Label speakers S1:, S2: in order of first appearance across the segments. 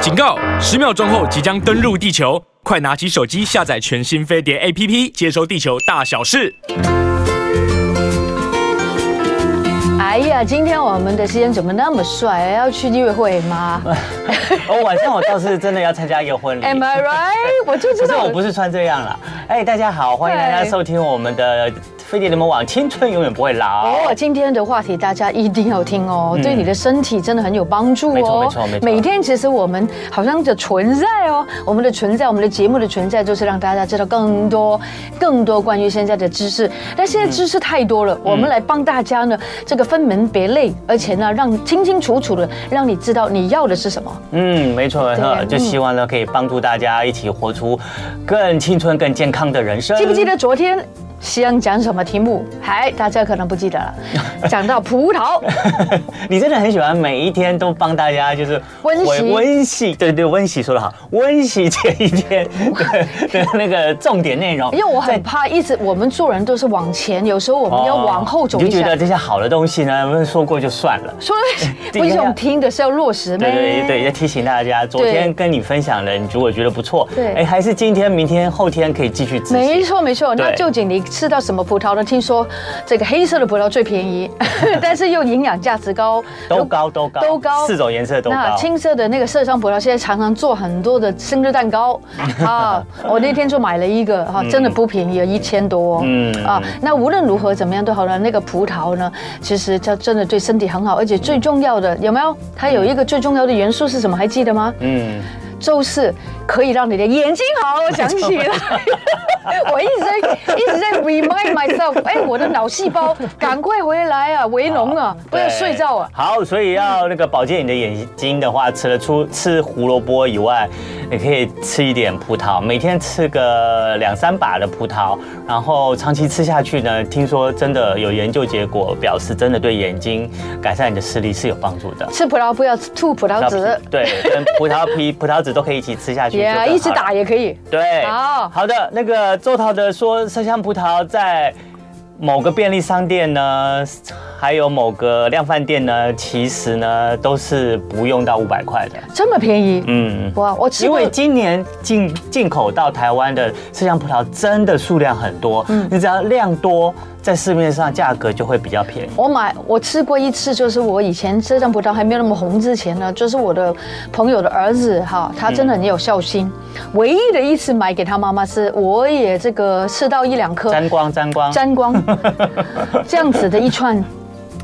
S1: 警告！十秒钟后即将登陆地球，快拿起手机下载全新飞碟 APP，接收地球大小事。
S2: 哎呀，今天我们的先生怎么那么帅？要去约会 吗
S3: 哦，晚上我倒是真的要参加一个婚礼。
S2: ？Am I right？我就知
S3: 可是
S2: 道
S3: 我不是穿这样啦。哎，大家好，欢迎大家收听我们的飞碟联盟网，青春永远不会老。
S2: 哦，今天的话题大家一定要听哦，对你的身体真的很有帮助哦。
S3: 嗯没错没错没错
S2: 每天其实我们好像的存在哦，我们的存在，我们的节目的存在，就是让大家知道更多、更多关于现在的知识。但现在知识太多
S3: 嗯
S2: 了，我们来帮大家呢，这个分门别类，而且呢，让清清楚楚的让你知道你要的是什么。
S3: 嗯，没错没错，
S2: 对
S3: 就希望呢可以帮助大家一起活出更青春、更健康的人生。
S2: 记不记？得昨天西安讲什么题目？嗨，大家可能不记得 了，讲到葡萄。
S3: 你真的很喜欢每一天都帮大家就是
S2: 温习
S3: 温习，对对，温习说得好，温习前 一天的的那个重点内容。
S2: 因为我
S3: 在
S2: 很怕一直我们做人都是往前，有时候我们要往后走
S3: 哦你
S2: 一
S3: 就觉得
S2: 下。
S3: 这些好的东西呢，没有说过就算了。
S2: 说
S3: 对
S2: 不是用听的是要落实呗
S3: 对对对，要提醒大家，昨天跟你分享了，你如果觉得不错，
S2: 对
S3: 哎，还是今天、明天、后天可以继续执
S2: 没
S3: 行。
S2: 错没错。
S3: 对
S2: 那究竟你吃到什么葡萄呢？听说这个黑色的葡萄最便宜， 但是又营养价值高，
S3: 都高都高
S2: 都高，
S3: 四种颜色都高
S2: 那青色的那个麝香葡萄现在常常做很多的生日蛋糕啊，我那天就买了一个哈、真的不便宜啊，一千多、
S3: 嗯
S2: 啊。那无论如何怎么样都好了，那个葡萄呢，其实它真的对身体很好，而且最重要的有没有？它有一个最重要的元素是什么？还记得吗？
S3: 嗯，
S2: 就是可以让你的眼睛好。我想起来，我一直在一直在 remind myself，哎，我的脑细胞赶快回来啊，维农啊，不要
S3: 对
S2: 睡觉啊。
S3: 好，所以要那个保健你的眼睛的话，除了出吃胡萝卜以外，你可以吃一点葡萄，每天吃个两三把的葡萄，然后长期吃下去呢，听说真的有研究结果表示，真的对眼睛改善你的视力是有帮助的。
S2: 吃葡萄不要吐葡萄籽。
S3: 对，跟葡萄 皮、葡萄籽都可以一起吃下去，
S2: 也、
S3: 就
S2: yeah,
S3: 更
S2: 一直
S3: 好了
S2: 打也可以。
S3: 对，
S2: 好
S3: 好的，那个周陶德说，麝香葡萄在某个便利商店呢，还有某个量贩店呢，其实呢都是不用到五百块的，
S2: 这么便宜，
S3: 嗯。
S2: 哇！我吃
S3: 因
S2: 过
S3: 为今年进进口到台湾的麝香葡萄真的数量很多，
S2: 嗯
S3: 你只要量多，在市面上价格就会比较便宜。
S2: 我买我吃过一次，就是我以前这张葡萄还没有那么红之前呢，就是我的朋友的儿子哈，他真的很有孝心，
S3: 嗯
S2: 唯一的一次买给他妈妈吃，我也这个吃到一两颗，
S3: 沾光，沾光，
S2: 沾光， 这样子的一串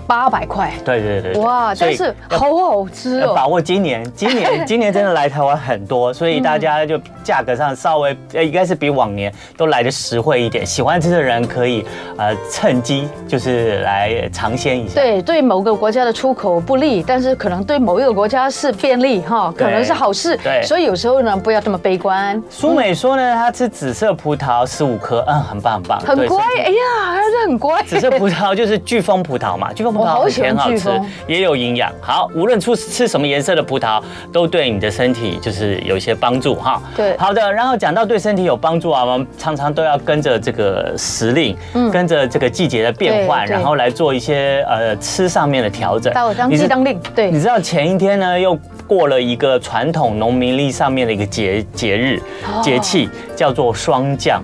S2: 八百块，
S3: 对对对对
S2: 哇！
S3: 所
S2: 但
S3: 以
S2: 是好好吃
S3: 要把
S2: 哦，
S3: 握今年，今 年今年真的来台湾很多，所以大家就价格上稍微呃应该是比往年都来的实惠一点。喜欢吃的人可以呃趁机就是来尝鲜一下。，
S2: 对对，某个国家的出口不利，但是可能对某一个国家是便利哈，可能是好事
S3: 对，
S2: 所以有时候呢不要这么悲观。
S3: 苏美说呢，她吃紫色葡萄十五颗，嗯，很棒很棒，
S2: 很
S3: 对
S2: 乖，
S3: 是
S2: 哎呀，还是很乖。
S3: 紫色葡萄就是飓风葡萄嘛，飓风葡
S2: 我好
S3: 萄
S2: 喜欢
S3: 很好
S2: 飓
S3: 吃
S2: 风，
S3: 也有营养。好，无论出吃什么颜色的葡萄，都对你的身体就是有一些帮助哈。
S2: 对
S3: 好的。然后讲到对身体有帮助啊，我们常常都要跟着这个时令，跟着这个季节的变换，
S2: 嗯对对
S3: 然后来做一些呃吃上面的调整。
S2: 到当
S3: 你
S2: 机
S3: 是
S2: 当令，对
S3: 你，知道前一天呢，又过了一个传统农民历上面的一个节节日
S2: 哦
S3: 节气，叫做霜降。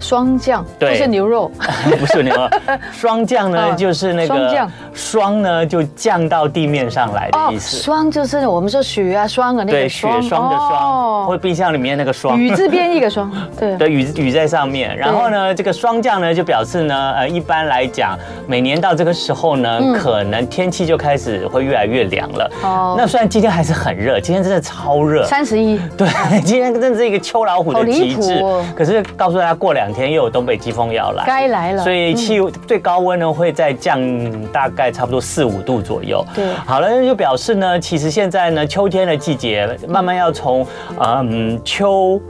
S2: 霜降就
S3: 对
S2: 是牛肉，
S3: 不是牛肉，霜降呢
S2: 嗯
S3: 就是那
S2: 霜
S3: 个
S2: 降
S3: 霜呢就降到地面上来的
S2: 哦，
S3: 意思。
S2: 霜就是我们说雪啊霜啊那
S3: 对，
S2: 个
S3: 雪霜的霜，或
S2: 哦
S3: 者冰箱里面那个霜。
S2: 雨字边一个霜，对，
S3: 对，雨雨在上面，然后呢，这个霜降呢，就表示呢，呃，一般来讲，每年到这个时候呢，
S2: 嗯
S3: 可能天气就开始会越来越凉了。
S2: 哦
S3: 哦，那虽然今天还是很热，今天真的超热，
S2: 三十一，
S3: 对， 今天真的是一个秋老虎
S2: 好
S3: 的
S2: 离
S3: 极
S2: 谱
S3: 致。
S2: 哦
S3: 可是告诉大家，过两天又有东北季风要来，
S2: 该来了
S3: 所以气最高温呢会再降大概差不多四五度左右。
S2: 对
S3: 好了，那就表示呢，其实现在呢，秋天的季节慢慢要从呃嗯秋。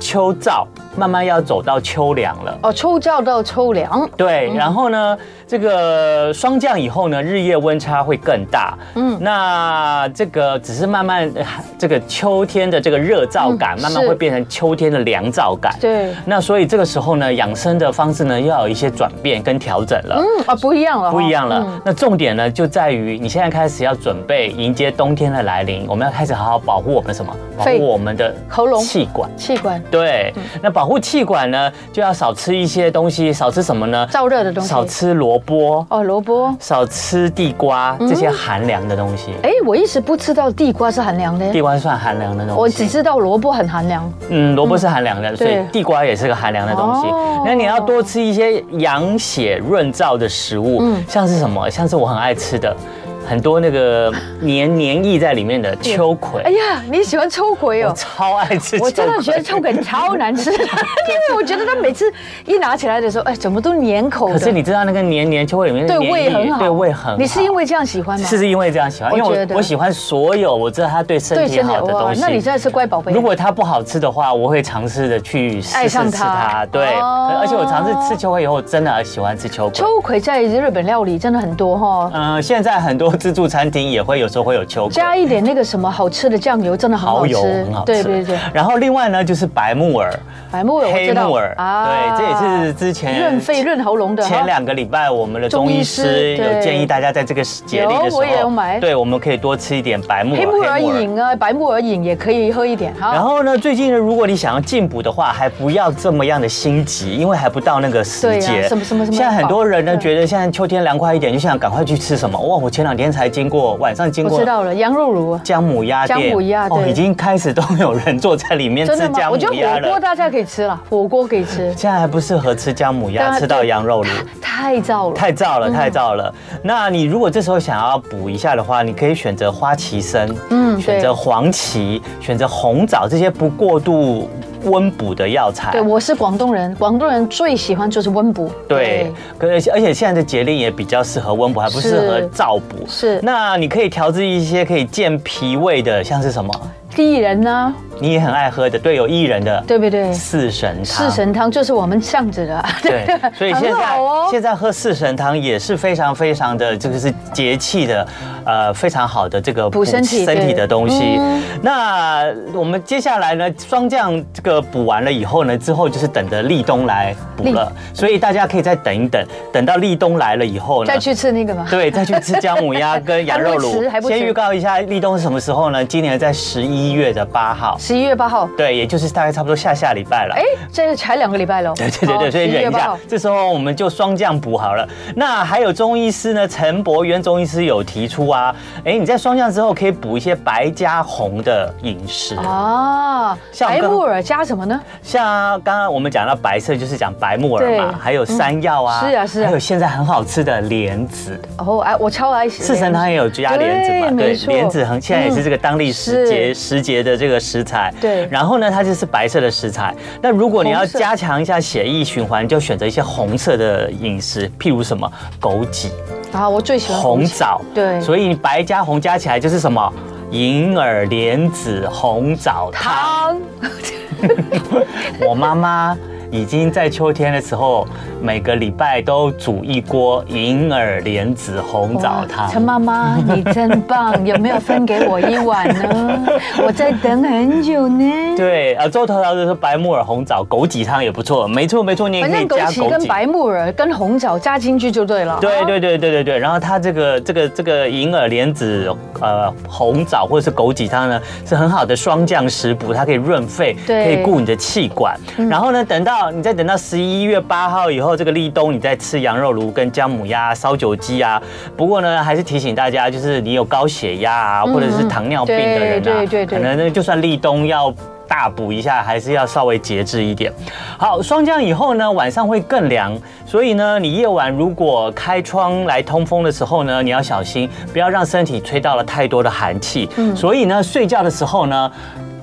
S3: 秋燥，慢慢要走到秋凉了。
S2: 哦，秋燥到秋凉，
S3: 对，然后呢，这个霜降以后呢，日夜温差会更大。嗯，那这个只是慢慢，呃这个秋天的这个热燥感，
S2: 嗯
S3: 慢慢
S2: 是
S3: 会变成秋天的凉燥感。
S2: 对，
S3: 那所以这个时候呢，养生的方式呢，要有一些转变跟调整了。
S2: 嗯啊，不一样了哦，
S3: 不一样了。
S2: 嗯
S3: 那重点呢，就在于你现在开始要准备迎接冬天的来临，我们要开始好好保护我们什么？保
S2: 肺
S3: 护我们的
S2: 喉咙嗯
S3: 气管。
S2: 气管
S3: 对，那保护气管呢，就要少吃一些东西，少吃什么呢？
S2: 燥热的东西，
S3: 少吃萝卜，
S2: 哦，嗯萝卜。
S3: 少吃地瓜这些寒凉的东西。
S2: 哎，我一直不知道地瓜是寒凉的
S3: 地，瓜算寒凉的东西，
S2: 我只知道萝卜很寒凉。
S3: 嗯，萝卜是寒凉的，所以
S2: 对
S3: 地瓜也是个寒凉的东西
S2: 哦。
S3: 那你要多吃一些养血润燥的食物
S2: 嗯，
S3: 像是什么？像是我很爱吃的，很多那个黏黏液在里面的秋葵
S2: 哎，呀，你喜欢秋葵
S3: 我
S2: 哦？
S3: 超爱吃。
S2: 我真的觉得秋。葵超难吃， 因为我觉得它每次一拿起来的时候，哎，怎么都粘口
S3: 可是
S2: 的，
S3: 你知道那个黏黏秋葵里面的
S2: 对
S3: 黏
S2: 胃
S3: 液
S2: 很好，
S3: 对胃很好。
S2: 你是因为这样喜欢吗？
S3: 是因为这样喜欢，因
S2: 我
S3: 为
S2: 觉
S3: 我
S2: 得
S3: 我喜欢所有我知道它对身
S2: 对，
S3: 体
S2: 真
S3: 好
S2: 的
S3: 的
S2: 哇
S3: 东，西。
S2: 那你真的是乖宝贝。
S3: 如果它不好吃的话，我会尝试的去试
S2: 爱
S3: 试
S2: 上
S3: 吃
S2: 它
S3: 它。对，
S2: 哦
S3: 而且我尝试吃秋葵以后，我真的喜欢吃秋葵。
S2: 秋葵在日本料理真的很多哈，
S3: 嗯，现在很多自助餐厅也会有时候会有秋葵。
S2: 加一点那个什么好吃的酱油，真的很好
S3: 蚝
S2: 吃
S3: 油很好吃，
S2: 对对对，
S3: 然后另外呢，就是白木耳、
S2: 白木耳我
S3: 黑
S2: 知道啊
S3: 木耳，对，这也是之前
S2: 润肺润喉咙的哈
S3: 前两个礼拜，我们的中医师
S2: 中医师对
S3: 有建议大家在这个节
S2: 有
S3: 令的时候，
S2: 我也有买
S3: 对，我们可以多吃一点白木耳、
S2: 黑木耳饮啊，白木耳饮也可以喝一点
S3: 然
S2: 哈。
S3: 后呢，最近呢，如果你想要进补的话，还不要这么样的心急，因为还不到那个时
S2: 对
S3: 节。
S2: 啊什么什么什么
S3: 现在很多人呢，
S2: 对
S3: 觉得现在秋天凉快一点，就想赶快去吃什么。哇，我前两天才经过，晚上经
S2: 我
S3: 过
S2: 知道了，羊肉炉啊
S3: 姜母鸭店，
S2: 姜母鸭
S3: 哦，
S2: 对
S3: 已经开始都有人坐在里面吃
S2: 真的吗？
S3: 姜
S2: 我
S3: 母
S2: 觉得
S3: 鸭
S2: 火锅
S3: 了。
S2: 大家可以吃了，火锅可以吃，
S3: 现在还不适合吃姜母
S2: 当
S3: 鸭，
S2: 然
S3: 吃到
S2: 对嗯
S3: 羊肉炉。
S2: 太燥了。
S3: 太燥了，太燥了。那你如果这时候想要补一下的话，你可以选择花旗参，嗯，
S2: 嗯
S3: 选择黄芪，选择红枣这些不过度温补的药材。
S2: 对，我是广东人，广东人最喜欢就是温补。
S3: 对，可而且而且现在的节令也比较适合温补，还不适合
S2: 是
S3: 燥补。
S2: 是
S3: 那你可以调制一些可以健脾胃的，像是什么？
S2: 薏仁啊，
S3: 你也很爱喝的，对，有薏仁的，
S2: 对不对？
S3: 四神汤。
S2: 四神汤就是我们巷子的，
S3: 对，所以现
S2: 很
S3: 在、
S2: 好哦
S3: 现在喝四神汤也是非常非常的这个是节气的，呃，非常好的这个
S2: 补身体
S3: 身体
S2: 对
S3: 的东西。
S2: 嗯
S3: 那我们接下来呢，霜降这个补完了以后呢，之后就是等着立冬来补了，所以大家可以再等一等，等到立冬来了以后呢
S2: 再。去吃那个嘛。
S3: 对，再去吃姜母鸭跟羊肉
S2: 还不
S3: 炉
S2: 迟还。不迟
S3: 先预告一下立冬是什么时候呢？今年在十一月的八号，
S2: 十一月八号，
S3: 对，也就是大概差不多下下礼拜了。
S2: 哎，这才两个礼拜了。
S3: 对对对对，
S2: 哦
S3: 所以
S2: 11
S3: 忍
S2: 月
S3: 一
S2: 8
S3: 下
S2: 号，
S3: 这时候我们就霜降补好了。那还有中医师呢，陈伯渊中医师有提出啊，哎，你在霜降之后可以补一些白加红的饮食，
S2: 啊，
S3: 像
S2: 白
S3: 刚
S2: 木耳加什么呢？
S3: 像刚刚我们讲到白色就是讲白木耳嘛
S2: 对，嗯
S3: 还有山药啊，
S2: 嗯是啊是啊
S3: 还有现在很好吃的莲子，
S2: 哦，哎，我超爱吃
S3: 四神汤也有加莲子
S2: 对
S3: 嘛，对
S2: 没，错嗯
S3: 莲子很现在也是这个当地时节
S2: 是
S3: 时节的这个食材。
S2: 对
S3: 然后呢，它就是白色的食材。那如果你要
S2: 红色
S3: 加强一下血液循环，就选择一些红色的饮食，譬如什么枸杞、
S2: 啊，我最喜欢
S3: 红
S2: 枣。
S3: 枣。
S2: 对
S3: 所以白加红加起来就是什么？银耳莲子红枣汤。
S2: 汤，
S3: 我妈妈已经在秋天的时候，每个礼拜都煮一锅银耳莲子红枣汤
S2: 哇。陈妈妈，你真棒，有没有分给我一碗呢？ 我在等很久呢。
S3: 对，呃，周头条就说白木耳红枣枸杞汤也不错，没错没错，你也
S2: 反
S3: 可以
S2: 正枸
S3: 加
S2: 杞
S3: 枸
S2: 跟
S3: 杞。
S2: 白哦木耳跟红枣加进去就对了。
S3: 对对对对对对，然后它这个这个这个银耳莲子呃红枣或者是枸杞汤呢，是很好的霜降食补，它可以润肺，
S2: 对嗯
S3: 可以固你的气管。然后呢，等到你再等到十一月八号以后，这个立冬你再吃羊肉炉跟姜母鸭、烧酒鸡啊。不过呢，还是提醒大家，就是你有高血压
S2: 嗯
S3: 啊，或者是糖尿病的人
S2: 对
S3: 啊，
S2: 对对对
S3: 可能呢就算立冬要。大补一下，还是要稍微节制一点。好，霜降以后呢，晚上会更凉，所以呢，你夜晚如果开窗来通风的时候呢，你要小心，不要让身体吹到了太多的寒
S2: 嗯
S3: 气。所以呢，睡觉的时候呢，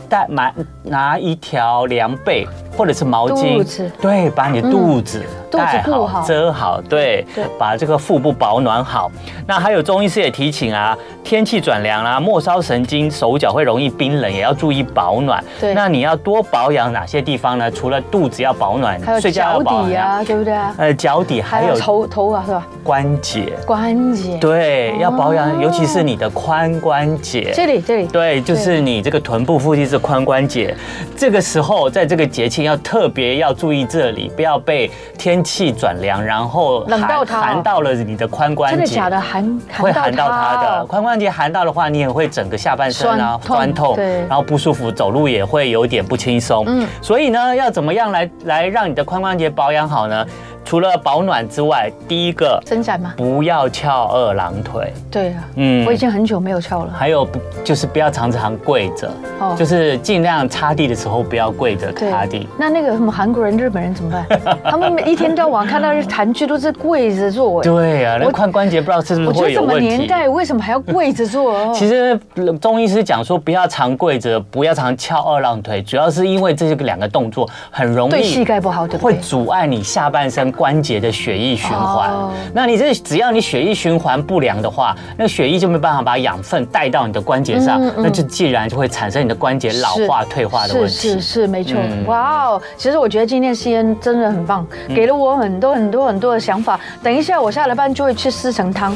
S3: 带买拿一条凉被或者是毛巾
S2: 肚子，嗯
S3: 对，把你肚子
S2: 肚子
S3: 盖
S2: 顾
S3: 好
S2: 好、
S3: 遮好，对
S2: 对，
S3: 把这个腹部保暖好。那还有中医师也提醒啊，天气转凉啦、末梢神经、手脚会容易冰冷，也要注意保暖。
S2: 对
S3: 那你要多保养哪些地方呢？除了肚子要保暖
S2: 还，有
S3: 睡觉要
S2: 脚
S3: 保
S2: 底
S3: 暖，
S2: 啊，对不对啊？
S3: 呃，脚底还
S2: 还有哦
S3: 有
S2: 头头啊，是吧？
S3: 关节，
S2: 关节，，
S3: 对，要保养，
S2: 哦
S3: 尤其是你的髋关节。
S2: 这里这里，
S3: 对，就是你这个臀部附近是髋关节，这个时候在这个节气要特别要注意这里，不要被天气转凉，然后
S2: 冷到
S3: 寒
S2: 它
S3: 寒到了你的髋关节，
S2: 真的假的？含
S3: 会
S2: 含
S3: 寒到它的
S2: 哦
S3: 髋关节寒到的话，你也会整个下半身啊
S2: 酸痛
S3: 酸痛，
S2: 对
S3: 然后不舒服，走路也会有点不轻松。嗯
S2: 嗯，
S3: 所以呢，要怎么样来来让你的髋关节保养好呢？除了保暖之外，第一个
S2: 伸展吗？
S3: 不要翘二郎腿，
S2: 对啊，
S3: 嗯
S2: 我已经很久没有翘了。
S3: 还有不就是不要常常跪着，
S2: 哦
S3: 就是尽量擦地的时候不要跪着
S2: 对
S3: 擦地。，
S2: 那那个什么韩国人、日本人怎么办？ 他们一天到晚看到 韩剧都是跪着做，哎
S3: 对啊，那
S2: 我
S3: 髋关节不知道是不
S2: 我
S3: 是
S2: 觉
S3: 会
S2: 得
S3: 有
S2: 这么
S3: 问
S2: 年
S3: 题。
S2: 代哦为什么还要跪着做？
S3: 其实呃中医师讲说，不要常跪着，不要常翘二郎腿，主要是因为这个两个动作很容易
S2: 对膝盖不好，对不
S3: 会
S2: 对？
S3: 阻碍你下半身关节的血液循环
S2: 哦。
S3: 那你这只要你血液循环不良的话，那血液就没办法把养分带到你的关节上
S2: 嗯，嗯
S3: 那就自然就会产生你的关节老
S2: 是
S3: 化、退化的问
S2: 是是
S3: 题。
S2: 是，没错
S3: 嗯。
S2: 哇哦，其实我觉得今天西恩真的很棒，给了我很多很多很多的想法。等一下我下了班就会吃四神 汤，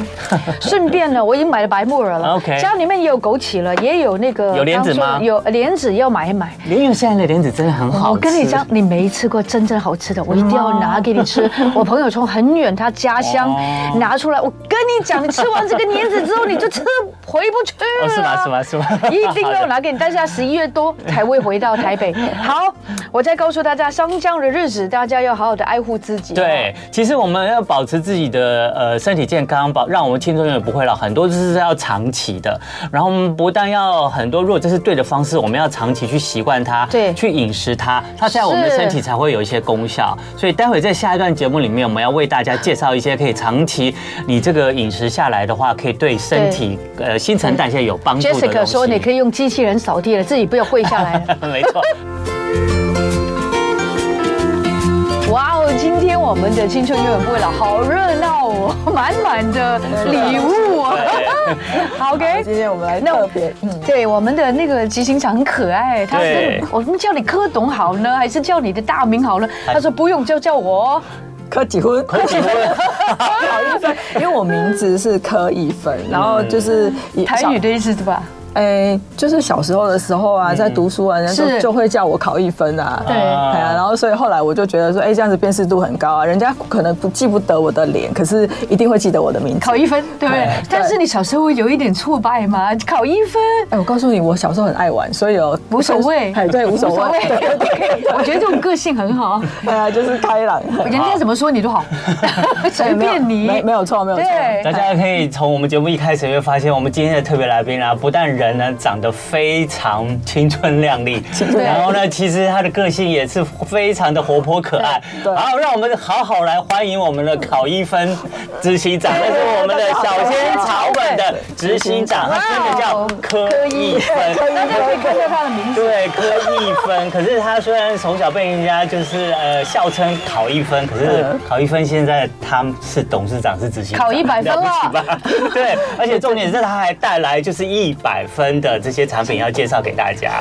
S2: 顺便呢，我已经买了白木耳了
S3: OK
S2: 家里面也有枸杞了，也有那个
S3: 有莲子
S2: 刚说
S3: 吗
S2: 有莲子要买一买。
S3: 莲蓉现在的莲子真的很好吃。
S2: 我跟你讲，你没吃过真正好吃的，我一定要拿给你 吃。我朋友从很远他家乡
S3: 哦
S2: 拿出来，我跟你讲，你吃完这个莲子之后，你就吃回不去了。
S3: 哦，是吗？是吗？是 吗？
S2: 一定要拿给你， 但是要十一月多才会回到台北。好，我再告诉大家，商江的日子，大家要好好的爱护自己。啊
S3: 对，其实我们要保持自己的呃身体健康，保让我们青春永远不会老，很多就是要长期的。然后我们不但要很多，如果这是对的方式，我们要长期去习惯它，
S2: 对
S3: 去饮食它，它在我们的
S2: 是
S3: 身体才会有一些功效。所以待会在下一段节目里面，我们要为大家介绍一些可以长期你这个饮食下来的话，可以对身体呃新陈代谢有帮助的东西。
S2: ，Jessica 说你可以用机器人扫地了，自己不要跪下 来了。
S3: 没错。
S2: 哇哦！今天我们的青春永远不会老，好热闹哦， 满满 的礼物啊！ 好，OK，
S4: 今天我们来特别，嗯，
S2: 对我们的那个急行长很可爱，他
S3: 对
S2: 是我们叫你柯董好呢，还是叫你的大名好呢？他说不用，就叫我哦
S4: 柯几婚，柯 几婚，不好意思，因为我名字是柯一芬，然后就是以
S2: 嗯台语的意思是吧？
S4: 哎，就是小时候的时候啊，在读书啊，人家就是就会叫我考一分啊。
S2: 对
S4: 哎呀，然后所以后来我就觉得说，哎，这样子辨识度很高啊，人家可能不记不得我的脸，可是一定会记得我的名字
S2: 考。一分，对不对
S4: 对？
S2: 但是你小时候有一点挫败嘛，考一分
S4: 哎，我告诉你，我小时候很爱玩，所以有
S2: 无所谓，
S4: 哎，对，无所谓，对对对
S2: OK，我觉得这种个性很好，
S4: 对啊，就是开朗，
S2: 人家怎么说你都 好， 随便
S4: 哎没
S2: 你
S4: 没。有错，没有错。
S2: 对
S3: 大家可以从我们节目一开始就会发现，我们今天的特别来宾啊，不但人呢长得非常青春靓丽，
S2: 对
S3: 然后呢，其实他的个性也是非常的活泼可爱。
S4: 对对
S3: 好，让我们好好来欢迎我们的考一分执行长，那是我们的小仙草本的执行长，他真的叫柯一分。
S2: 大家可以看到他的名字，
S3: 对，柯一分。可是他虽然从小被人家就是呃笑称考一分，可是考一分现在他是董事长，是执行长
S2: 考100分
S3: 了
S2: 了
S3: 不起吧？ 对，而且重点是他还带来就是一百分的这些产品要介绍给大家。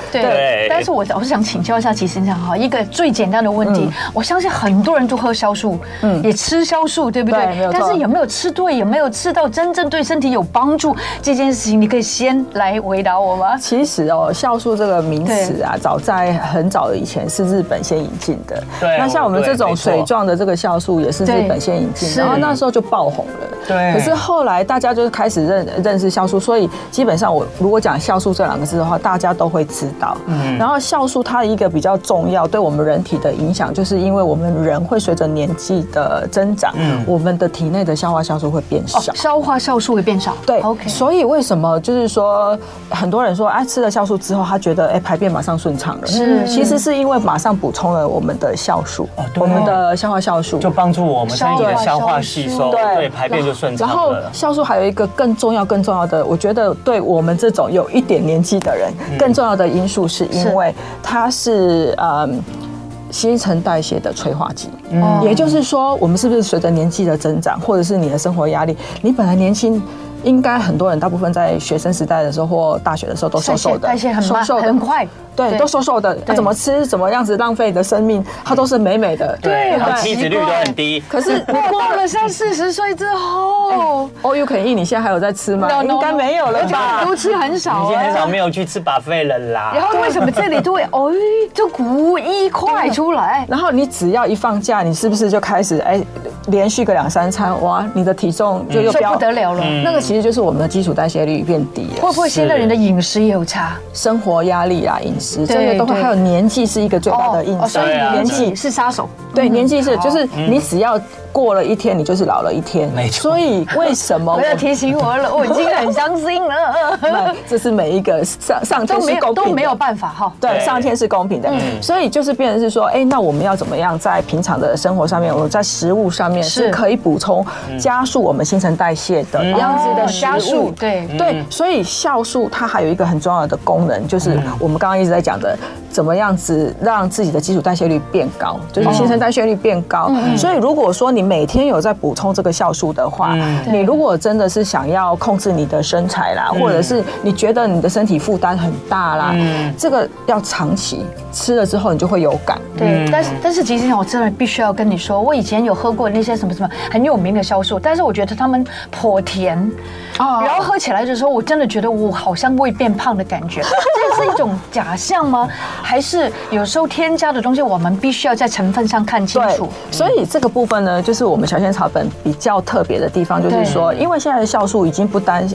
S2: 但是我我是想请教一下齐先生哈，一个最简单的问
S4: 嗯
S2: 题，我相信很多人都喝酵素，嗯，也吃酵素，对不对
S4: 对没有？错
S2: 但是有没有吃对，有没有吃到真正对身体有帮助这件事情，你可以先来回答我吗？
S4: 其实哦，酵素这个名词啊，早在很早以前是日本先引进的。
S3: 对
S4: 那像我们这
S3: 对没
S4: 种
S3: 错
S4: 水状的这个酵素也是日本先引进
S2: 对，是
S4: 然后那时候就爆红了。
S3: 对
S4: 可是后来大家就是开始认认识酵素，所以基本上我如果讲酵素这两个字的话，大家都会知道。嗯。然后酵素它一个比较重要对我们人体的影响，就是因为我们人会随着年纪的增长，
S3: 嗯
S4: 我们的体内的消化酵素会变
S2: 哦
S4: 少，。
S2: 消化酵素会变少，
S4: 对
S2: ，OK，
S4: 所以为什么就是说，很多人说，哎、吃了酵素之后，他觉得哎、排便马上顺畅了，
S2: 是
S4: 其实是因为马上补充了我们的酵素，
S3: 哦对
S4: 我们的消化酵素
S3: 就。帮助我们身体的消化吸收，
S4: 对
S3: 对，排便就顺畅
S4: 然后
S3: 了。
S4: 酵素还有一个更重要、更重要的，我觉得对我们这种有一点年纪的人，更重要的因素是因为它是嗯。新陈代谢的催化剂。
S2: 哦
S4: 也就是说，我们是不是随着年纪的增长，或者是你的生活压力，你本来年轻。应该很多人，大部分在学生时代的时候或大学的时候都瘦瘦的，
S2: 代谢代谢很慢
S4: 瘦瘦的
S2: 很快
S4: 对，
S2: 对
S4: 都瘦瘦的。他怎么吃，怎么样子浪费你的生命，它都是美美的。
S2: 对
S3: 然后
S2: 很
S3: 体脂
S2: 奇
S3: 率都
S2: 怪
S3: 很低。
S4: 可 是你
S2: 我
S4: 过
S2: 过了三四十岁之后，
S4: 哦，有可能你现在还有在吃吗
S2: No, no, no
S4: 应该没有了吧？
S2: 都吃很
S3: 你
S2: 少
S3: 现在很
S2: 哎
S3: 少。没有去吃 buffet 了
S2: 然
S3: 啦。
S2: 后为什么这里都会哦，就故意快出来？
S4: 然后你只要一放假，你是不是就开始哎，连续个两三餐，哇，你的体重就又
S2: 这
S4: 飙嗯
S2: 不得了了。
S4: 那个其实就是我们的基础代谢率变低了，
S2: 会不会现在人的饮食也有差？
S4: 生活压力啊、饮食这
S2: 对
S4: 些都会，
S2: 对
S4: 还有年纪是一个最大的哦因
S2: 哦，
S4: 素。
S2: 所以
S3: 对啊嗯
S2: 年
S4: 年
S2: 纪嗯
S4: 纪
S2: 是杀手。
S4: 对，年纪是就是你只要过了一天，你就是老了一天。
S3: 没错
S4: 所以为 什么我
S2: 不要提醒我 了，我已经很伤心了，
S4: 们这是每一个上上
S2: 都
S4: 天
S2: 没
S4: 是
S2: 有
S4: 公平
S2: 都
S4: 的
S2: 没有办法哈。
S4: 对，
S3: 对嗯
S4: 上天是公平的，所以就是变成是说，哎、那我们要怎么样在平常的生活上面，我们在食物上面
S2: 是
S4: 是可以补充
S3: 嗯
S4: 加速我们新陈代谢的这样子
S2: 哦
S4: 的食
S2: 加速
S4: 物，
S2: 对
S4: 对，所以酵素它还有一个很重要的功能，就是我们刚刚一直在讲的，怎么样子让自己的基础代谢率变高，就是新陈代谢率变高。所以如果说你每天有在补充这个酵素的话，你如果真的是想要控制你的身材啦，或者是你觉得你的身体负担很大啦，这个要长期吃了之后，你就会有感。
S2: 对，
S3: 嗯
S2: 但是但是其实我哦真的必须要跟你说，我以前有喝过那些什么什么很有名的酵素，但是我觉得他们颇甜，
S4: 哦
S2: 然后喝起来的时候，我真的觉得我好像未变胖的感 觉，这是一种假象吗？还是有时候添加的东西，我们必须要在成分上看清
S4: 对
S2: 楚？，
S4: 所以这个部分呢，就是我们小仙草本比较特别的地方，就是说，因为现在的酵素已经不单，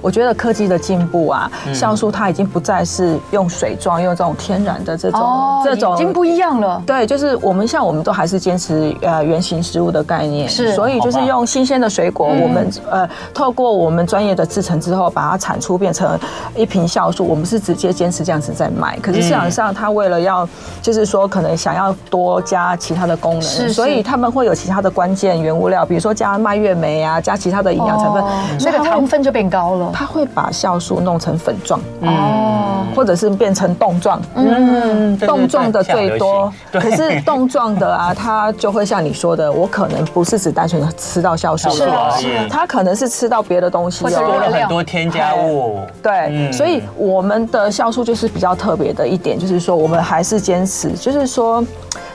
S4: 我觉得科技的进步啊，
S2: 嗯
S4: 酵素它已经不再是用水状，用这种天然的这种这种
S2: 哦已经不一样了。
S4: 对，就是我们像我们都还是坚持呃原型食物的概念，
S2: 是嗯
S4: 所以就是
S3: 好吧
S4: 用新鲜的水果，我们呃透过我们专业的制成之后，把它产出变成一瓶酵素，我们是直接坚持这样子在卖。
S2: 嗯
S4: 可是市场上它为了要，就是说可能想要多加其他的功能，
S2: 是
S4: 所以他们会有其他的关键原物料，比如说加麦月莓啊，加其他的营养成分
S2: 哦，
S4: 所
S2: 那
S4: 以
S2: 个
S4: 它
S2: 糖
S4: 会嗯
S2: 分就变高了。
S4: 它会把酵素弄成粉状，
S2: 哦，
S4: 或者是变成冻状，
S3: 嗯，对
S4: 冻状的最多，
S3: 对
S4: 可
S3: 对
S4: 是冻状的啊，它就会像你说的，我可能不是只单纯的吃到酵素
S3: 是
S2: 啊
S4: 了
S2: 是
S3: 啊，
S4: 它可能是吃到别的东西
S2: 或者
S3: 多
S4: 哦。
S3: 了很多添加物。
S4: 对，
S3: 嗯
S4: 所以我们的酵素就是比较特别的一点，就是说我们还是坚持，就是说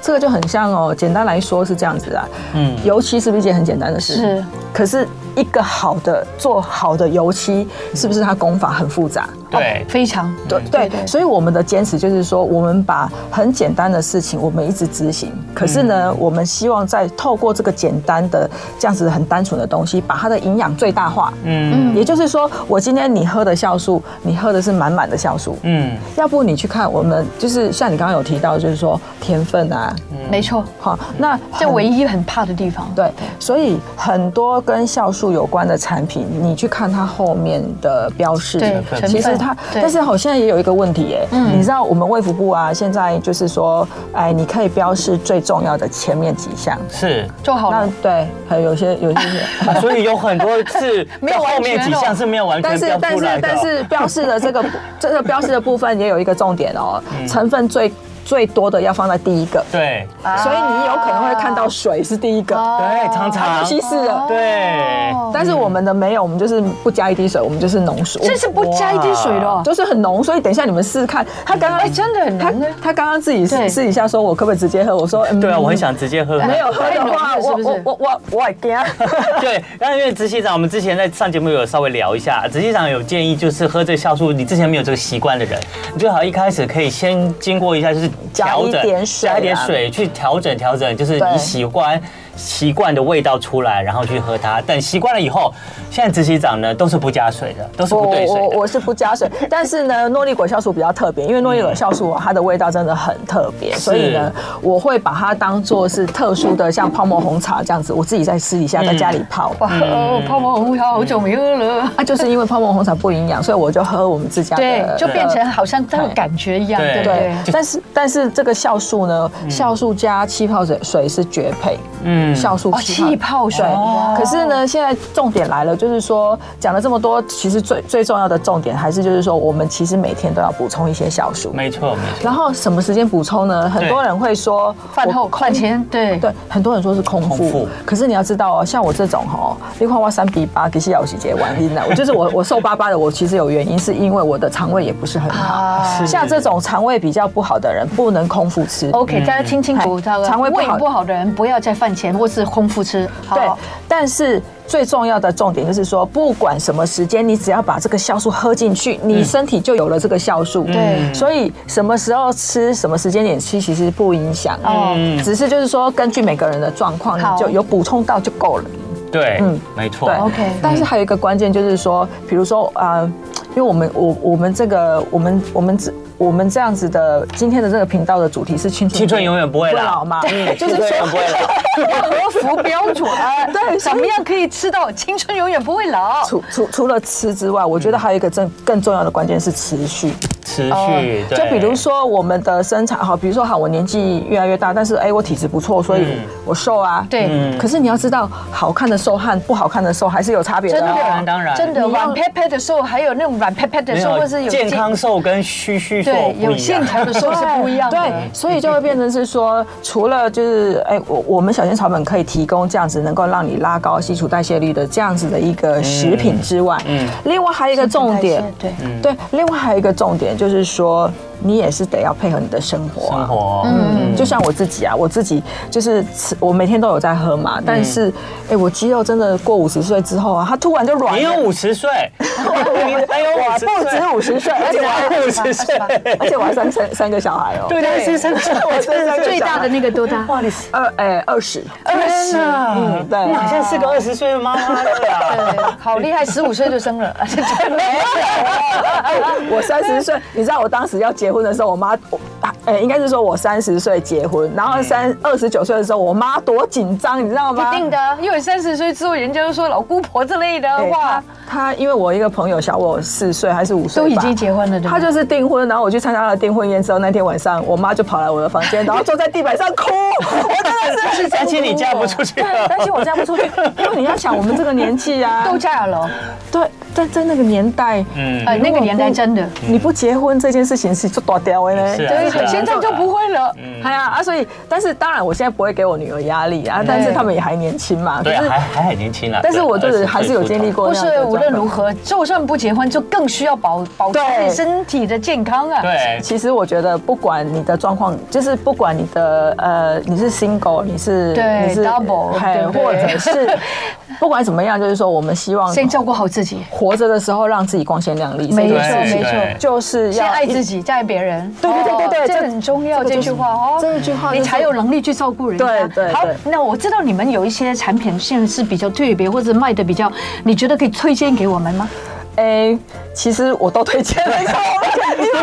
S4: 这个就很像哦，简单来说是这样子啊，嗯，油漆是不是一件很简单的事？
S2: 是，
S4: 可是一个好的做好的油漆，是不是它工法很复杂？
S3: 对，
S2: 哦非常
S4: 对
S2: 对
S4: 对
S2: 对
S4: 所以我们的坚持就是说，我们把很简单的事情，我们一直执行。可是呢，我们希望在透过这个简单的这样子很单纯的东西，把它的营养最大化。嗯，也就是说，我今天你喝的酵素，你喝的是满满的酵素。
S3: 嗯，
S4: 要不你去看我们，就是像你刚刚有提到，就是说甜分啊，
S2: 没错，
S4: 好，那
S2: 嗯这
S4: 很
S2: 唯一很怕的地方。
S4: 对，所以很多跟酵素有关的产品，你去看它后面的标示
S2: 对，成
S4: 其
S2: 分
S4: 实它，
S2: 对
S4: 但是好像也有一个问题耶，
S3: 嗯
S4: 你知道我们卫福部啊，现在就是说，哎，你可以标示最重要的前面几项，
S3: 是。
S2: 做好
S4: 那
S2: 了，
S4: 对，还有有些 有些。
S3: 啊所以有很多 次
S2: 没有完全哦
S3: 后面几项是没有完
S4: 但
S3: 全
S4: 是
S3: 标
S4: 但
S3: 出
S4: 是
S3: 来的
S4: 但
S3: 哦。
S4: 是标示的 这个这个标示的部分也有一个重点哦，
S3: 嗯
S4: 成分最最多的要放在第一个，
S3: 对
S4: 所以你有可能会看到水是第一个，
S3: 对，常
S4: 它
S3: 常
S4: 哦啊就哦稀释了。
S3: 对，
S4: 但是我们的没有，我们就是不加一滴水，我们就是浓缩，
S2: 这是不加一滴水的哦。
S4: 就是很浓。所以等一下你们试试看，他刚刚
S2: 哎真的很浓哎
S4: 他他刚刚自己
S2: 对
S4: 试试一下，说我可不可以直接喝？我说嗯
S3: 对啊，我很想直接喝。
S4: 没有喝的话，
S2: 哎太浓了是
S4: 我
S2: 不是
S4: 我我我我也惊。
S3: 对，然后因为执行长，我们之前在上节目有稍微聊一下，执行长有建议，就是喝这个酵素，你之前没有这个习惯的人，你最好一开始可以先经过一下，就是调整，
S4: 加一点水啊
S3: 加一点水去调整调整，就是
S4: 对
S3: 你喜欢习惯的味道出来，然后去喝它。等习惯了以后，现在执行长呢都是不加水的，都是
S4: 我
S3: 不兑
S4: 我
S3: 水的。
S4: 我是不加水，但是呢，诺丽果酵素比较特别，因为诺丽果酵素啊它的味道真的很特别，所以呢，我会把它当做是特殊的，像泡沫红茶这样子，我自己在私底下在家
S3: 嗯
S4: 里泡。
S2: 哇，
S4: 嗯
S2: 哦，泡沫红茶好久没喝了。
S4: 啊，就是因为泡沫红茶不营养，所以我就喝我们自家的，
S2: 对，就变
S4: 呃
S2: 成好像那个感觉一样，对
S3: 对
S2: 不
S4: 对
S2: 对？，
S4: 但是但是这个酵素呢，酵素加气泡水水是绝配，嗯，酵素
S2: 哦，气泡水哦
S4: 对，哦可是呢，现在重点来了，就是说讲了这么多，其实最最重要的重点还是就是说，我们其实每天都要补充一些酵素。
S3: 没错没错，
S4: 然后什么时间补充呢？很多人会说
S2: 饭后
S4: 我嗯
S2: 饭前对
S4: 对，很多人说是空腹，
S3: 空腹
S4: 可是你要知道哦，像我这种哦，你看我三比八，其实要有几节玩音的， 我就是我我瘦巴巴的，我其实有原因，是因为我的肠胃也不是很好。
S2: 啊
S3: 是
S4: 像这种肠胃比较不好的人，不能空腹吃。
S2: ，OK，大家听清楚，
S4: 嗯
S2: 这个
S4: 肠胃不
S2: 胃
S4: 好
S2: 不好的人不要在饭前或是空腹吃，
S4: 对
S2: 好，
S4: 但是最重要的重点就是说，不管什么时间，你只要把这个酵素喝进去，
S2: 嗯
S4: 你身体就有了这个酵素。
S2: 对
S4: 所以什么时候吃，什么时间点吃，其实不影响。
S2: 哦
S4: 哦，只是就是说，根据每个人的状况，
S2: 好
S4: 你就有补充到就够了。
S3: 对，
S4: 嗯
S3: 没错，
S4: 对
S2: OK
S4: 但是还有一个关键就是说，比如说啊、呃因为我们我我们这个我们我们这我们这样子的今天的这个频道的主题是青春，
S3: 青春永远不会老
S4: 老嘛，
S3: 嗯
S4: 就是
S3: 青春
S4: 说
S3: 永远不会 老。
S2: 很多浮标准，对，怎么样可以吃到青春永远不会老？
S4: 除除除了吃之外，我觉得还有一个更更重要的关键是持续。
S3: 持续，嗯对
S4: 哦就比如说我们的身材，好，比如说好，我年纪越来越大，但是哎，我体质不错，所以
S3: 嗯
S4: 我瘦啊。
S2: 对
S3: 嗯
S4: 可是你要知道，好看的瘦和不好看的瘦还是有差别的
S2: 真
S4: 哦。
S2: 的，
S3: 啊当然
S2: 真的
S4: 你要
S2: 软 pat pat 的时候，还有那种软 pat pat 的
S3: 没
S2: 时候，
S3: 有啊
S2: 或是有
S3: 健康瘦跟虚虚瘦
S2: 对
S3: 不
S2: 有
S3: 一样
S2: 线条的时候是不一样的。
S4: 对，所以就会变成是说，除了就是哎，我我们小仙草本可以提供这样子能够让你拉高基础代谢率的这样子的一个食品之外，
S3: 嗯
S4: 嗯，另外还有一个重点
S2: 新陈代，谢对
S4: 对，另外还有一个重点就是说，你也是得要配合你的生活啊、
S3: 生活，
S4: 嗯，就像我自己啊，我自己就是吃，我每天都有在喝嘛，但是，哎、我肌肉真的过五十岁之后啊，它突然就软
S3: 你
S4: 了。
S3: 有五十岁，你还有
S4: 我
S3: 50岁
S4: 不止五十岁，而且我 还
S3: 五十岁，啊
S4: 而且我还生三三个小孩哦。
S3: 对，但是生气，我真的
S2: 最大的那个多大？哇，你
S4: 二哎二十，
S3: 二十，
S4: 嗯，对，
S3: 你好像是个二十岁的妈妈了啊。
S2: 对，好厉害，十五岁就生了， 没
S4: 我三十岁，你知道我当时要结婚的时候，我妈，我呃、应该是说我三十岁结婚，然后三二十九岁的时候，我妈多紧张，你知道
S2: 嗯
S4: 吗？
S2: 一定的，因为三十岁之后，人家都说老姑婆之类的，
S4: 对
S2: 哇
S4: 她，哎她因为我一个朋友小我四岁还是五岁吧，
S2: 都已经结婚了，对吧？
S4: 她就是订婚，然后我去参加她的订婚宴之后，那天晚上我妈就跑来我的房间，然后坐在地板上哭，我真的是
S3: 担心你嫁不出去啊
S4: 对，
S3: 了，
S4: 担心我嫁不出去，因为你要想我们这个年纪啊，
S2: 都嫁了，
S4: 对，在在那个年代，
S3: 嗯，
S2: 呃，那个年代
S4: 如果不
S2: 真的，
S4: 你不结婚这件事情是就多屌的呢。
S3: 是啊
S2: 对，现在就不会了，
S3: 嗯
S4: 哎呀啊，所以，但是当然，我现在不会给我女儿压力啊，但是他们也还年轻嘛。
S3: 对啊，
S4: 可是
S3: 还还很年轻啊。
S4: 但是我就
S3: 对
S4: 是还是有经历。过
S2: 不
S4: 那样的
S2: 是
S4: 状
S2: 无
S4: 况。
S2: 论如何，就算不结婚，就更需要保保持
S4: 对
S2: 身体的健康啊。
S3: 20岁出头对，
S4: 其实我觉得，不管你的状况，就是不管你的呃，你是 single，你是
S2: 对
S4: 你是
S2: double，
S4: 嘿
S2: 对不对
S4: 或者是不管怎么样，就是说，我们希望
S2: 先照顾好自己，
S4: 活着的时候让自己光鲜亮丽，
S2: 没
S4: 这
S2: 错
S4: 件事
S2: 没
S4: 情
S2: 错
S3: 对。
S4: 就是
S2: 先
S4: 要
S2: 爱自
S4: 一。
S2: 己，再爱别人。
S4: 对对对对对
S2: 哦这
S4: 这
S2: 很重要
S4: 这个
S2: 这
S4: 就是
S2: 句话哦，
S4: 这句话就是
S2: 你才有能力去照顾人家。
S4: 对对
S2: 好
S4: 对，
S2: 那我知道你们有一些产品现在是比较特别，或者卖的比较，你觉得可以推荐给我们吗？
S4: 哎，其实我都推荐了，因为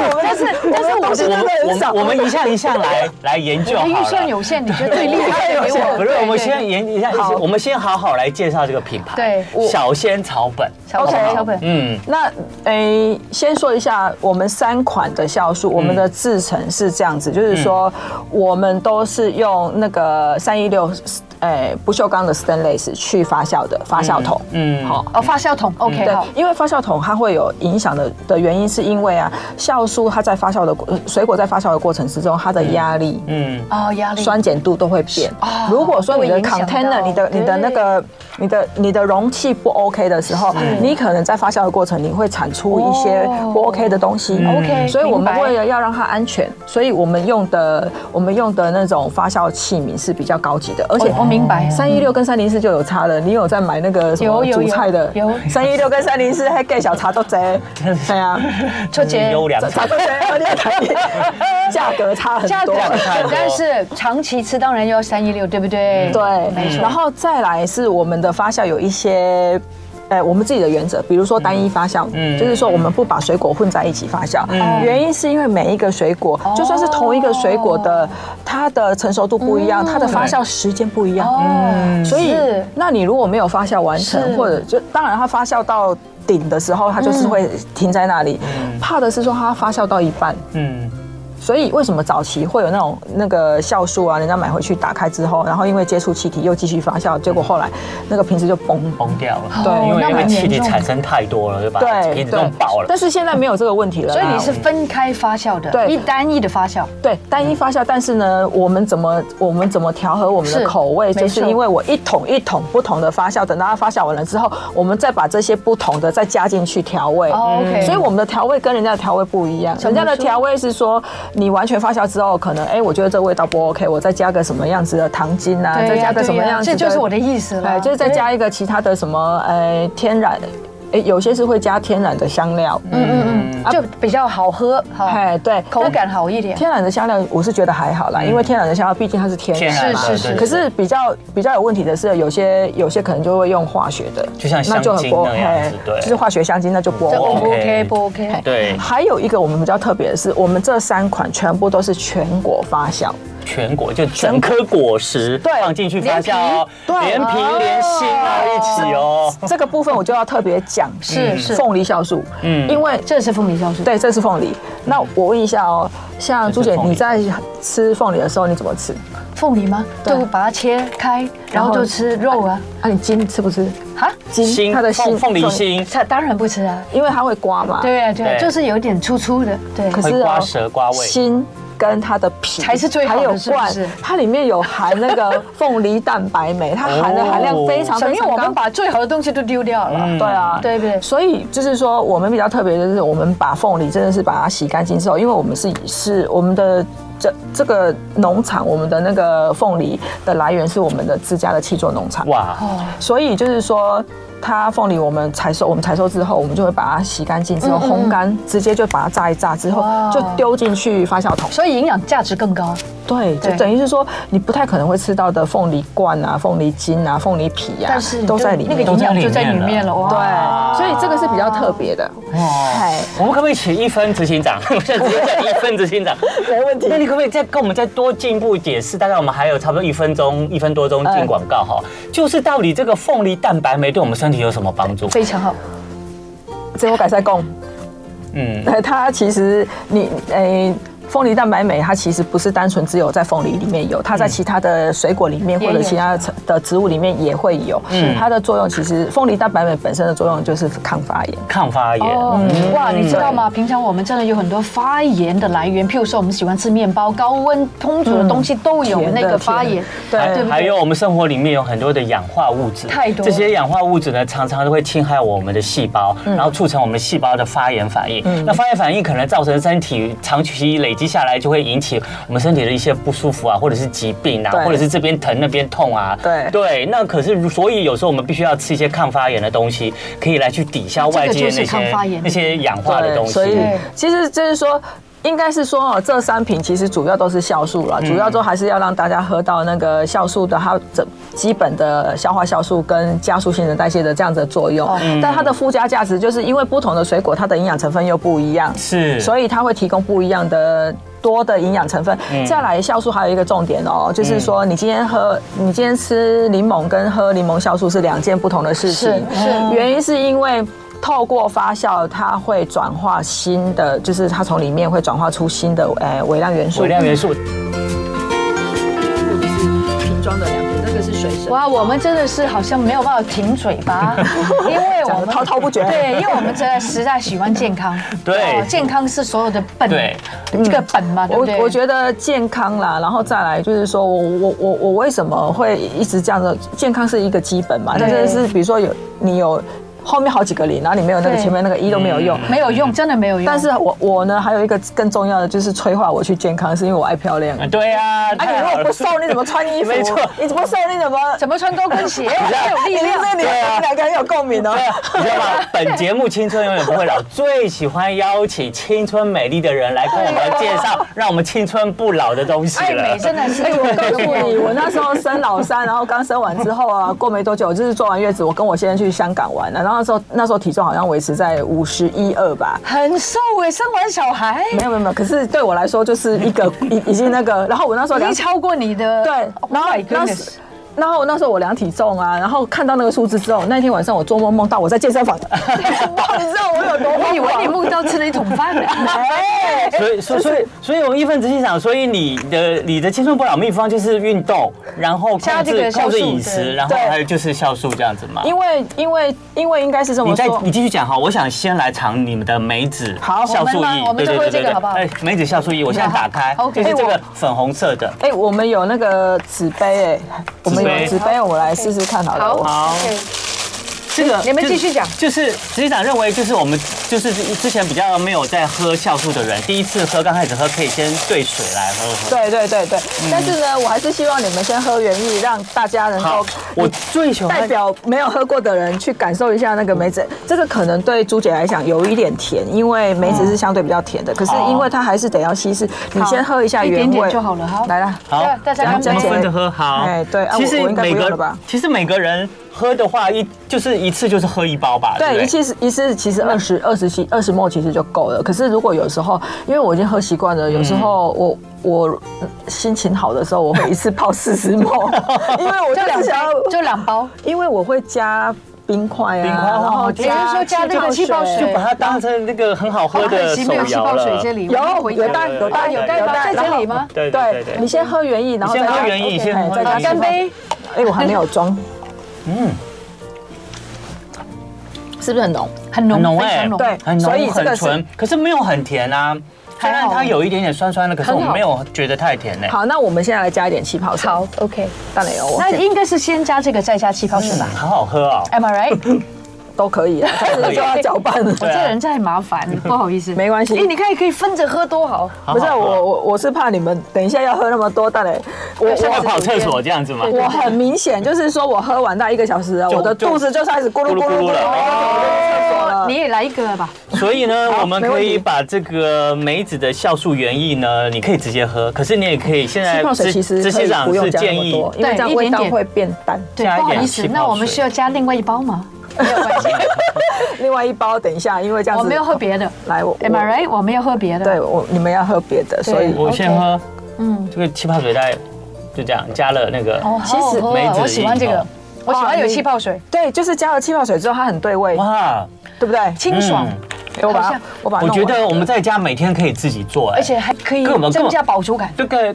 S4: 我们
S2: 但是但是
S4: 我
S2: 我
S4: 们真
S2: 觉
S4: 的
S2: 得
S3: 我
S4: 很
S3: 们
S4: 少。
S3: 我们一项一项来来研究好
S2: 预算
S3: 了。
S2: 哎有限，你觉得最厉害的给
S4: 预算有
S2: 我？
S4: 限
S3: 不是，我们
S2: 对
S3: 先研一下，我们先好好来介绍这个品牌。
S2: 对
S4: 我
S3: 小仙草本。
S2: 小
S4: ，OK，
S2: 本小本。
S3: 嗯，
S4: 那诶、先说一下我们三款的酵素，我们的制成是这样子，就是说我们都是用那个三一六诶不锈钢的 stainless 去发酵的发酵桶。
S3: 嗯
S4: 好。
S2: 哦，发酵桶，OK，
S4: 对
S2: 好，，
S4: 因为发酵桶它会有影响的的原因，是因为啊，酵素它在发酵的过呃水果在发酵的过程之中，它的压力、
S3: 嗯，
S2: 哦，压力，
S4: 酸碱度都会变
S2: 啊。
S4: 如果说你
S2: 会
S4: 的
S2: 影响到
S4: container、你的、
S2: 对
S4: 你的那个、你的、你的容器不 OK 的时候，你可能在发酵的过程，你会产出一些
S2: 嗯哦
S4: 不 OK 的东西。
S2: 嗯 OK，
S4: 嗯所以我
S2: 明
S4: 们
S2: 白
S4: 为了要让它安全，所以我们用的我们用的那种发酵器皿是比较高级的，而且
S2: 我我哦明白
S4: 三一六跟三零四就有差了。你有在买那个什
S2: 有
S4: 么
S2: 有
S4: 煮
S2: 有
S4: 菜的？
S2: 有
S4: 三一六跟三零四还盖小茶都 贼，对啊，
S2: 出街
S3: 嗯优良
S4: 茶
S3: 产
S4: 都贼，而且 它价格差很
S2: 价格
S4: 多。
S3: 差不多
S2: 但是长期吃当然要三一六，对不对？
S4: 对，
S2: 嗯
S4: 然后再来是我们的发酵有一些。呃，我们自己的原则，比如说单一发酵，
S3: 嗯
S4: 就是说我们不把水果混在一起发酵，
S2: 嗯
S4: 原因是因为每一个水果，
S2: 哦
S4: 就算是同一个水果的，它的成熟度不一样，它的发酵时间不一样，
S2: 嗯哦，
S4: 嗯所以
S2: 是
S4: 那你如果没有发酵完成，
S2: 是嗯
S4: 或者就当然它发酵到顶的时候，它就是会停在那里，怕的是说它发酵到一半，
S3: 嗯，
S4: 所以为什么早期会有那种那个酵素啊，人家买回去打开之后，然后因为接触气体又继续发酵，结果后来那个瓶子就崩。
S3: 崩掉了，
S4: 对
S3: 因为
S2: 哦那
S3: 因为
S2: 蛮
S3: 气体
S2: 严重
S3: 产生太多了，就把
S4: 对
S3: 瓶子弄爆了
S4: 但。是现在没有这个问题了啦。
S2: 所以你是分开发酵的，
S4: 啊对
S2: 一单一的发酵。
S4: 对，单一发酵，但是呢，我们怎么我们怎么调和我们的
S2: 是
S4: 口味，就
S2: 没
S4: 是
S2: 错
S4: 因为我一桶一桶不同的发酵，等到它发酵完了之后，我们再把这些不同的再加进去调味。嗯
S2: 哦，OK
S4: 所以我们的调味跟人家的调味不一样，
S2: 怎
S4: 人
S2: 么
S4: 家的
S2: 说
S4: 调味是说你完全发酵之后，可能哎，我觉得这味道不 OK，我再加个什么样子的糖精啊，
S2: 对呀
S4: 再加个什么
S2: 对呀
S4: 样子
S2: 这
S4: 的，
S2: 就是我的意思了
S4: 哎，就是再加一个其他的什么呃天然，哎，有些是会加天然的香料，嗯，
S2: 嗯嗯嗯，就比较好喝，哈
S4: 哎，对，
S2: 口感好一点。
S4: 天然的香料我是觉得还好啦，因为天然的香料毕竟它是天
S3: 嗯天
S4: 然
S3: 然
S4: 嘛。
S2: 是
S3: 的
S2: 是
S3: 对
S2: 是
S4: 可是比较比较有问题的是，有些有些可能就会用化学的，
S3: 就像
S4: 那
S3: 香
S4: 就很
S3: 精
S4: 不
S3: 那样子
S4: OK，，
S3: 对，
S4: 就是化学香精那就不
S2: 这 O
S3: 哦
S4: OK。
S2: 不 OK
S3: OK
S2: 不
S4: 哎
S2: OK？
S3: 对
S4: 还有一个我们比较特别的是，我们这三款全部都是全国发酵，
S3: 全果就整颗果实
S4: 对
S3: 放进去发酵哦，
S4: 连
S3: 连
S4: 皮对
S3: 皮连心啊一起哦，
S4: 这个部分我就要特别讲，
S2: 是是
S4: 凤梨酵素，
S3: 嗯
S4: 因为
S2: 这是凤梨酵素，
S4: 对，这是凤梨。那我问一下哦，像朱
S3: 这是
S4: 姐
S3: 凤梨
S4: 你在吃凤梨的时候你怎么吃？
S2: 凤梨吗？
S4: 对
S2: 就把它切开，然后就吃肉啊
S4: 啊，你筋吃不吃？
S2: 啊！
S4: 筋，
S3: 心
S4: 它的
S3: 凤
S4: 心，
S3: 凤梨，心
S2: 这当然不吃啊。
S4: 因为它会刮嘛。
S2: 对啊对啊，
S3: 对
S2: 就是有点粗粗的，对。
S4: 可是
S3: 会
S4: 哦
S3: 刮舌刮胃，
S4: 心跟它的皮
S2: 才是最好
S4: 还
S2: 的
S4: 有
S2: 是不
S4: 罐
S2: 是，
S4: 它里面有含那个凤梨蛋白 酶，它含的含量非常
S2: 因
S4: 非
S2: 为
S4: 常
S2: 我
S4: 高
S2: 们。把最好的东西都丢掉了，
S3: 哦嗯
S4: 对啊，
S2: 对不对？
S4: 所以就是说，我们比较特别的是，我们把凤梨真的是把它洗干净之后，因为我们是是我们的这这个农场，我们的那个凤梨的来源是我们的自家的气作农场。
S3: 哇，
S2: 哦，
S4: 所以就是说，它凤梨我们采收，我们采收之后，我们就会把它洗干净之后
S2: 嗯嗯嗯
S4: 烘干，直接就把它炸一炸之后
S2: 哇，
S4: 就丢进去发酵桶。
S2: 所以营养价值更高。
S4: 对，就
S2: 对
S4: 等于是说，你不太可能会吃到的凤梨罐啊、凤梨筋啊、凤梨皮啊，
S2: 但是你
S4: 都
S2: 就
S4: 在里面。
S2: 那个营养就
S3: 都在
S2: 在
S3: 里面
S2: 里面了，哇！
S4: 对，所以这个是比较特别的。
S3: 哇
S4: 嗨，
S3: 哦我们可不可以请一分执行长？ 我现在直接叫一分执行长，
S4: 没问题
S3: 那你可不可以再跟我们再多进一步解释？大概我们还有差不多一分钟、一分多钟进广告哈，
S4: 哎
S3: 就是到底这个凤梨蛋白酶对我们身体有什么帮助？
S2: 非常好，
S4: 这我改善供，
S3: 嗯，
S4: 它其实你诶。凤梨蛋白酶，它其实不是单纯只有在凤梨里面有，
S2: 嗯
S4: 它在其他的水果里面
S2: 也
S4: 或
S2: 有
S4: 者其他的的植物里面也会有。
S2: 嗯
S4: 它的作用其实，凤梨蛋白酶本身的作用就是抗发炎。
S3: 抗发炎。
S2: 哦，哇，
S4: 嗯
S2: 你知道吗？平常我们真的有很多发炎的来源，譬如说我们喜欢吃面包、高温烹煮的东西都有
S4: 甜的
S2: 那个发炎，
S4: 甜嗯的对
S2: 对不
S3: 还
S2: 对？
S3: 有我们生活里面有很多的氧化物质，
S2: 太多
S3: 这些氧化物质呢，常常都会侵害我们的细胞，
S4: 嗯
S3: 然后促成我们细胞的发炎反应。那发炎反应可能造成身体长期累积下来，就会引起我们身体的一些不舒服啊，或者是疾病啊，
S4: 对
S3: 或者是这边疼那边痛啊。
S4: 对
S3: 对，那可是如所以有时候我们必须要吃一些抗发炎的东西，可以来去抵消外界
S2: 这个就是
S3: 那
S2: 抗发炎
S3: 些那些氧化的东西。
S4: 所以
S2: 对
S4: 其实就是说。应该是说哦，这三瓶其实主要都是酵素
S3: 嗯
S4: 了，主要都还是要让大家喝到那个酵素的它整基本的消化酵素跟加速新陈代谢的这样子的作用。
S3: 哦
S4: 但它的附加价值就是因为不同的水果它的营养成分又不一样，
S3: 是，
S4: 所以它会提供不一样的多的营养成分。再来，酵素还有一个重点哦，就是说你今天喝，你今天吃柠檬跟喝柠檬酵素是两件不同的事情。
S2: 是是
S4: 原因是因为。透过发酵，它会转化新的，就是它从里面会转化出新的呃微量元素。
S3: 微量元素
S4: 嗯素就是瓶装的两瓶，那个是水生。
S2: 哇，我们真的是好像没有办法停嘴 巴，因为我
S4: 讲得
S2: 们
S4: 滔滔不绝
S2: 对，因为我们真的实在喜欢健康，
S3: 对
S2: 哦健康是所有的本，
S3: 对，
S2: 这个本嘛，对不对？
S4: 我我觉得健康啦，然后再来就是说我我我我为什么会一直这样的？健康是一个基本嘛，但是是比如说有你有后面好几个零，然后你没有那个
S2: 对
S4: 前面那个一都没有用。
S2: 没有用，真的没有用。
S4: 但是我我呢还有一个更重要的就是催化我去健康，是因为我爱漂亮。
S3: 嗯对啊，
S4: 啊，你
S3: 太
S4: 如
S3: 好
S4: 果
S3: 了
S4: 不瘦，你怎么 穿衣服？
S3: 没错
S4: 你不瘦，你怎么？
S2: 怎么穿啊高跟 鞋？没有
S4: 你
S2: 力
S4: 这
S2: 量。
S4: 你们两个很有共鸣哦。
S3: 你知道吗？本节目《青春永远不会老》最喜欢邀请青春美丽的人来跟我们介绍，让我们青春不老的东西
S2: 爱
S3: 了
S2: 美。真 的是，
S4: 哎、我告 诉你，我那时候生老三，然后刚生完之后啊，过没多久，就是坐完月子，我跟我先生去香港玩了，啊然后那时候那时候体重好像维持在五十一二吧。
S2: 很瘦哎，生完小孩
S4: 没有没有没有，可是对我来说就是一个已已经那个，然后我那时候
S2: 已
S4: 量
S2: 经超过你的
S4: 对，然后
S2: Oh my
S4: 那时
S2: goodness，
S4: 然后那时候我量体重啊，然后看到那个数字之后，那天晚上我做梦梦到我在健身房， 哇，你知道我有多 哎
S2: 我以为你哎
S4: 梦
S2: 梦到吃了一桶饭呢。
S3: 所以，所以，所以，所以我们一分仔细想，所以你的你的青春不老秘方就是运动，然后控
S2: 加这个
S3: 制
S2: 酵素
S3: 控制饮食，
S2: 对
S3: 然后
S4: 对
S3: 还有就是酵素这样子嘛。
S4: 因为因为因为应该是这
S3: 你
S4: 么
S3: 再
S4: 说
S3: 你，继续讲哈，我想先来尝你们的梅子
S4: 好
S3: 酵素
S2: 我们
S3: 液，
S2: 我们最后这个好不好
S3: 哎，梅子酵素液，我现在打开
S2: 好，好
S3: 就
S2: OK
S3: 是这
S4: 哎
S3: 个粉红色的。
S4: 哎、我们有那个纸杯哎、我们有纸杯，我们来试试看好了。
S2: 好
S4: 我
S3: 好
S2: ，OK
S3: 这个
S2: 你们
S3: 就
S2: 继续讲
S3: 就是执行长认为，就是我们就是之前比较没有在喝酵素的人，第一次喝，刚开始喝可以先兑水来喝喝。
S4: 对对对对，但是呢，我还是希望你们先喝原意，让大家能
S3: 好
S4: 够，
S3: 我最喜欢
S4: 代表没有喝过的人去感受一下那个梅子。这个可能对朱姐来讲有一点甜，因为梅子是相对比较甜的，可是因为它还是得要稀释，你先喝一下
S2: 一
S4: 原味
S2: 点点就好了好
S4: 来啦，
S3: 好
S2: 对，大家
S3: 然后
S4: 干杯
S3: 我们分着喝，好。
S4: 哎对啊
S3: 其实
S4: 我我应该
S3: 每
S4: 不用了
S3: 个
S4: 吧
S3: 其实每个人喝的话，一就是一次就是喝一包吧。对不对，
S4: 对，一次一次其实二十二十七二十沫其实就够了。可是如果有时候，因为我已经喝习惯了，有时候我我嗯心情好的时候，我会一次泡四十 沫，因为我
S2: 就两
S4: 就想要，
S2: 包，就两包。
S4: 因为我会加冰块啊，
S3: 冰块
S4: 然后
S3: 哦
S2: 也就是说加那个气泡水
S3: 就把它当成那个很好喝
S2: 好可
S3: 的
S2: 惜
S3: 手
S2: 没有气
S3: 摇
S2: 泡水
S3: 了。
S2: 这里，
S4: 有
S2: 我要回
S4: 有
S2: 家
S4: 带有带
S2: 啊有带吗？在这里吗？
S3: 对对
S4: 对
S3: 对，
S4: 你先喝原意，然后
S3: 你先喝
S4: 再
S3: 原意
S4: 哎
S3: 先喝
S4: 再
S3: 原
S4: 加
S3: 意
S2: 啊干杯！
S4: 哎，我还没有装，
S3: 嗯，
S4: 是不是很浓？
S2: 很浓，
S3: 很浓
S2: 非
S3: 哎
S2: 常浓。
S4: 对
S3: 很
S4: 所以
S3: 浓
S4: 这
S3: 很
S4: 个是
S3: 纯，可是没有很甜啊。虽然
S2: 还好
S3: 它有一点点酸酸的，可是我
S2: 很好
S3: 没有觉得太甜呢。
S4: 好，那我们现在来加一点气泡水，
S2: 好，OK。
S4: 淡奶油，
S2: 那应该是先加这个，再加气泡水
S3: 嗯
S2: 吧
S3: 好好喝哦。
S2: ？Am I right？
S4: 都可以啊，但是就要搅拌了。
S2: 我
S3: 啊
S2: 这人真的很麻烦，不好意思。
S4: 没关系
S2: 哎，你看可以分着喝多好。
S3: 好
S4: 不是
S3: 好喝哦
S4: 我我我是怕你们等一下要喝那么多，但嘞，我
S2: 对下
S3: 要
S2: 次
S4: 我
S3: 跑厕所这样子嘛。
S4: 我很明显就是说我喝完到一个小时了，啊
S3: 就
S4: 我的肚子就开始咕噜咕哦噜咕噜咕
S3: 咕噜咕噜
S4: 噜，
S3: 了
S4: 我就
S2: 你
S4: 去厕所了
S2: 也来一个吧。
S3: 所以呢，我们
S4: 没
S3: 可
S4: 问
S3: 以
S4: 题
S3: 把这个梅子的酵素原液呢，你可以直接喝，可是你也可以现在
S4: 气泡水其实
S3: 执
S4: 可
S3: 行
S4: 以
S3: 长
S4: 不
S3: 哎是
S4: 用加那
S3: 建
S4: 么
S3: 议，
S4: 多，因为
S2: 对
S4: 这样
S2: 一
S4: 味
S2: 点
S4: 道
S2: 点
S4: 会变淡。
S2: 对，
S3: 加一
S2: 不
S3: 点
S2: 好意思
S3: 气，泡
S2: 那我们
S3: 水
S2: 需要加另外一包吗？没有关系，
S4: 另外一包等一下，因为这样
S2: 我
S4: 子
S2: 没有喝别的。
S4: 来我我
S2: Am I right？我没有喝别的。
S4: 对我你们要喝别的，所以
S2: 对
S3: 我先喝，
S2: 嗯，
S3: 这个气泡水袋就这样加了那个，
S2: 哦，
S4: 其
S2: 好
S4: 实
S2: 好喝
S3: 梅
S2: 啊，
S3: 子
S2: 我喜欢这
S3: 饮
S2: 个
S3: 料，
S2: 我喜欢有
S4: 哇你
S2: 气泡水，
S4: 对，就是加了气泡水之后它很对味，
S3: 哇，
S4: 对不对？
S2: 清爽，
S3: 嗯
S4: 我把
S2: 好像
S4: 它我把它
S3: 我
S4: 弄
S3: 觉
S4: 完
S3: 得我们在家每天可以自己做，哎
S2: 而且还可以
S3: 根本根
S2: 增
S3: 本
S2: 加饱足感。
S3: 这个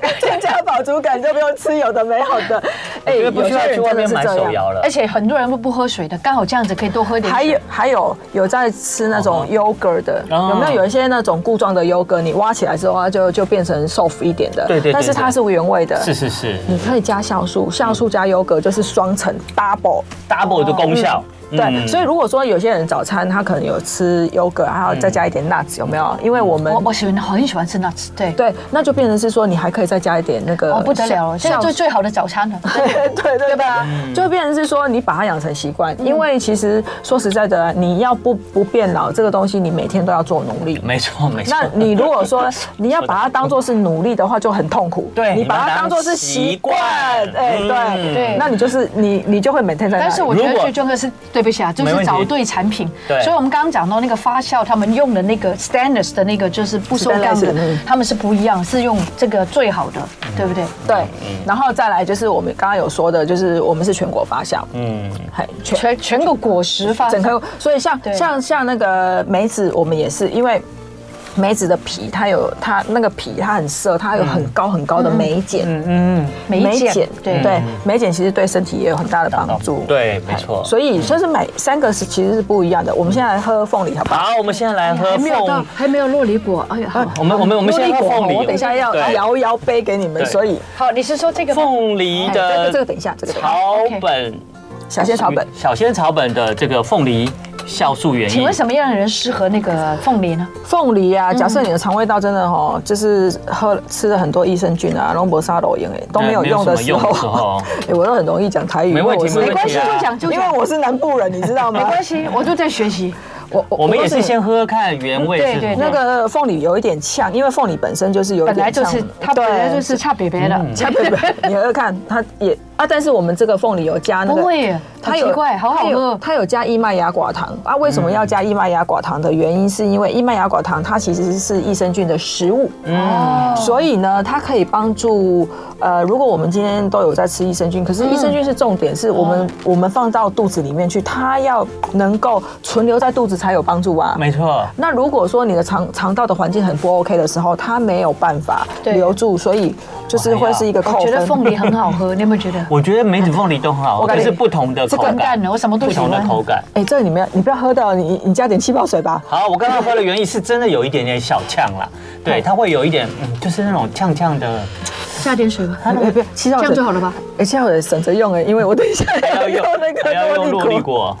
S4: 对添加饱足感就不用吃有的没有的，哎
S3: 因为不需要去外面买手摇了
S2: 而，且很多人都不喝水的，刚好这样子可以多喝点水。
S4: 还有还有有在吃那种 yogurt 的，
S3: 哦嗯
S4: 有没有有一些那种固状的 yogurt，你挖起来之后它就就变成 soft 一点的，
S3: 对对对
S4: 但是它是原味的，
S3: 是嗯是是
S4: 你可以加酵素，酵素加 yogurt 就是双层 double。
S3: ，double 的功效，
S4: 嗯
S3: 嗯
S4: 对，所以如果说有些人早餐他可能有吃 yogurt，还
S3: 嗯
S4: 要再加一点 nuts，有没有？因为我们
S2: 我我喜欢很喜欢吃 nuts，对，
S4: 对，那就变成是说你还可以再加一点那个
S2: 哦不得了了，这
S4: 酵
S2: 个
S4: 酵
S2: 就是最好的早 餐了。
S4: 对对啊嗯对吧？
S3: 嗯
S4: 就变成是说你把它养成习惯，因为其实说实在的，你要不不变老这个东西，你每天都要做努力。
S3: 没错没错。
S4: 那你如果说你要把它当做是努力的话，就很痛苦。
S3: 对
S4: 你把它当做是习惯，哎，
S3: 嗯
S4: 对
S2: 对
S4: 那你就是你你就会每天在那里。
S2: 但是我觉
S3: 如
S2: 得
S3: 果
S2: 最重要的是，对不起啊，就
S3: 没问
S2: 是
S3: 题
S2: 找对产品。
S3: 对
S2: 所以我们刚刚讲到那个发酵，他们用的那个 stainless 的那个就是不锈钢
S4: Stainless 的
S2: 的
S4: 那个，
S2: 他们是不一样，是用这个最好的，
S3: 嗯
S2: 对不对？
S4: 对，然后再来就是我们刚刚有说的，就是我们是全国发酵，
S3: 嗯，
S4: 嘿，全
S2: 全全国果实发
S4: 整
S2: 酵
S4: 颗，所以像
S2: 对
S4: 像像那个梅子，我们也是因为。梅子的皮，它有它那个皮，它很涩，它有
S2: 嗯
S4: 很高很高的酶碱，
S2: 梅碱，
S4: 对
S2: 对
S4: 对，酶碱其实对身体也有很大的帮助，哎
S3: 对，没错。
S4: 所以就是每三个是其实是不一样的。我们现在来喝凤梨好不好？
S3: 好，我们现在来
S4: 哎
S3: 喝
S2: 还没有到
S3: 凤，，啊
S2: 还没有洛梨果，哎呀，好
S3: 我们我们我们
S4: 茉
S3: 先
S4: 莉
S3: 喝
S4: 果
S3: 凤梨，
S4: 我等一下要
S3: 对
S4: 摇摇杯给你们，
S3: 对
S4: 所以哎
S2: 好，你是说这个吗？
S3: 凤梨
S4: 这
S3: 的
S4: 个这个等一下，这个等一下
S3: 草
S2: OK
S3: 本
S4: 小仙草本，
S3: 小仙草本的这个凤梨酵素原
S2: 请
S3: 液
S2: 问。什么样的人适合那个凤梨呢？
S4: 凤梨啊，假设你的肠胃道真的哦，就是喝吃了很多益生菌啊、龙柏沙罗盐都没有用的时
S3: 没有什么用的时候
S4: 候， 哎我都很容易讲台语，
S3: 没 问题
S4: 因
S3: 没
S4: 为我是
S2: 没
S3: 问
S2: 关
S3: 题
S2: 系，
S3: 啊
S2: 就讲就
S4: 因为
S2: 讲，
S4: 我是南部人，你知道吗？
S2: 没关系，我都在学习。
S4: 我
S3: 我们也是
S4: 先
S3: 先喝喝看原味是什
S2: 对对
S3: 么嗯
S4: 那。个凤梨有一点呛，因为凤梨本身就是有一
S2: 本
S4: 点
S2: 来就是
S4: 呛
S2: 它本来就是差北北的，
S4: 对你喝喝看，它也啊，但是我们这个凤梨有加那
S2: 不
S4: 个，
S2: 会耶，好奇怪，好好
S4: 它有
S2: 喝。
S4: 它有加益麦芽寡糖啊。为什么要加益麦芽寡糖的原因，是因为益麦芽寡糖它其实是益生菌的食物，
S2: 哦
S4: 所以呢，它可以帮助呃，如果我们今天都有在吃益生菌，可
S2: 嗯
S4: 是益生菌是重点，是我
S2: 哦
S4: 们我们放到肚子里面去，它要能够存留在肚子才有帮助啊。
S3: 没错，
S4: 那如果说你的肠肠道的环境很不 OK 的时候，它没有办法
S2: 对
S4: 留住，所以就是会是一个
S2: 我
S4: 扣
S2: 觉得
S4: 分。
S2: 凤梨很好喝，你有没有觉得？
S3: 我觉得梅子凤梨都很好，
S4: 我
S3: 我
S4: 感
S3: 可
S4: 觉
S3: 是不同的口
S2: 这个
S3: 感
S2: 蛋，我什么都
S3: 不
S2: 喜
S3: 同
S2: 欢
S3: 的口感。
S4: 哎、这个你们你不要喝到，你你加点气泡水吧。
S3: 好，我刚刚喝的原因是真的有一点点小呛 啦，对，它会有一点，嗯，就是那种呛呛的，
S2: 加点水吧，
S4: 哎不要气泡
S2: 嗯这
S4: 水
S2: 样就好了吧？
S4: 哎，这样我省着用哎，因为我等一下
S3: 还要用
S4: 那
S3: 还要
S4: 个
S3: 用
S4: 落
S3: 落
S4: 地
S3: 力
S4: 果。
S3: 果，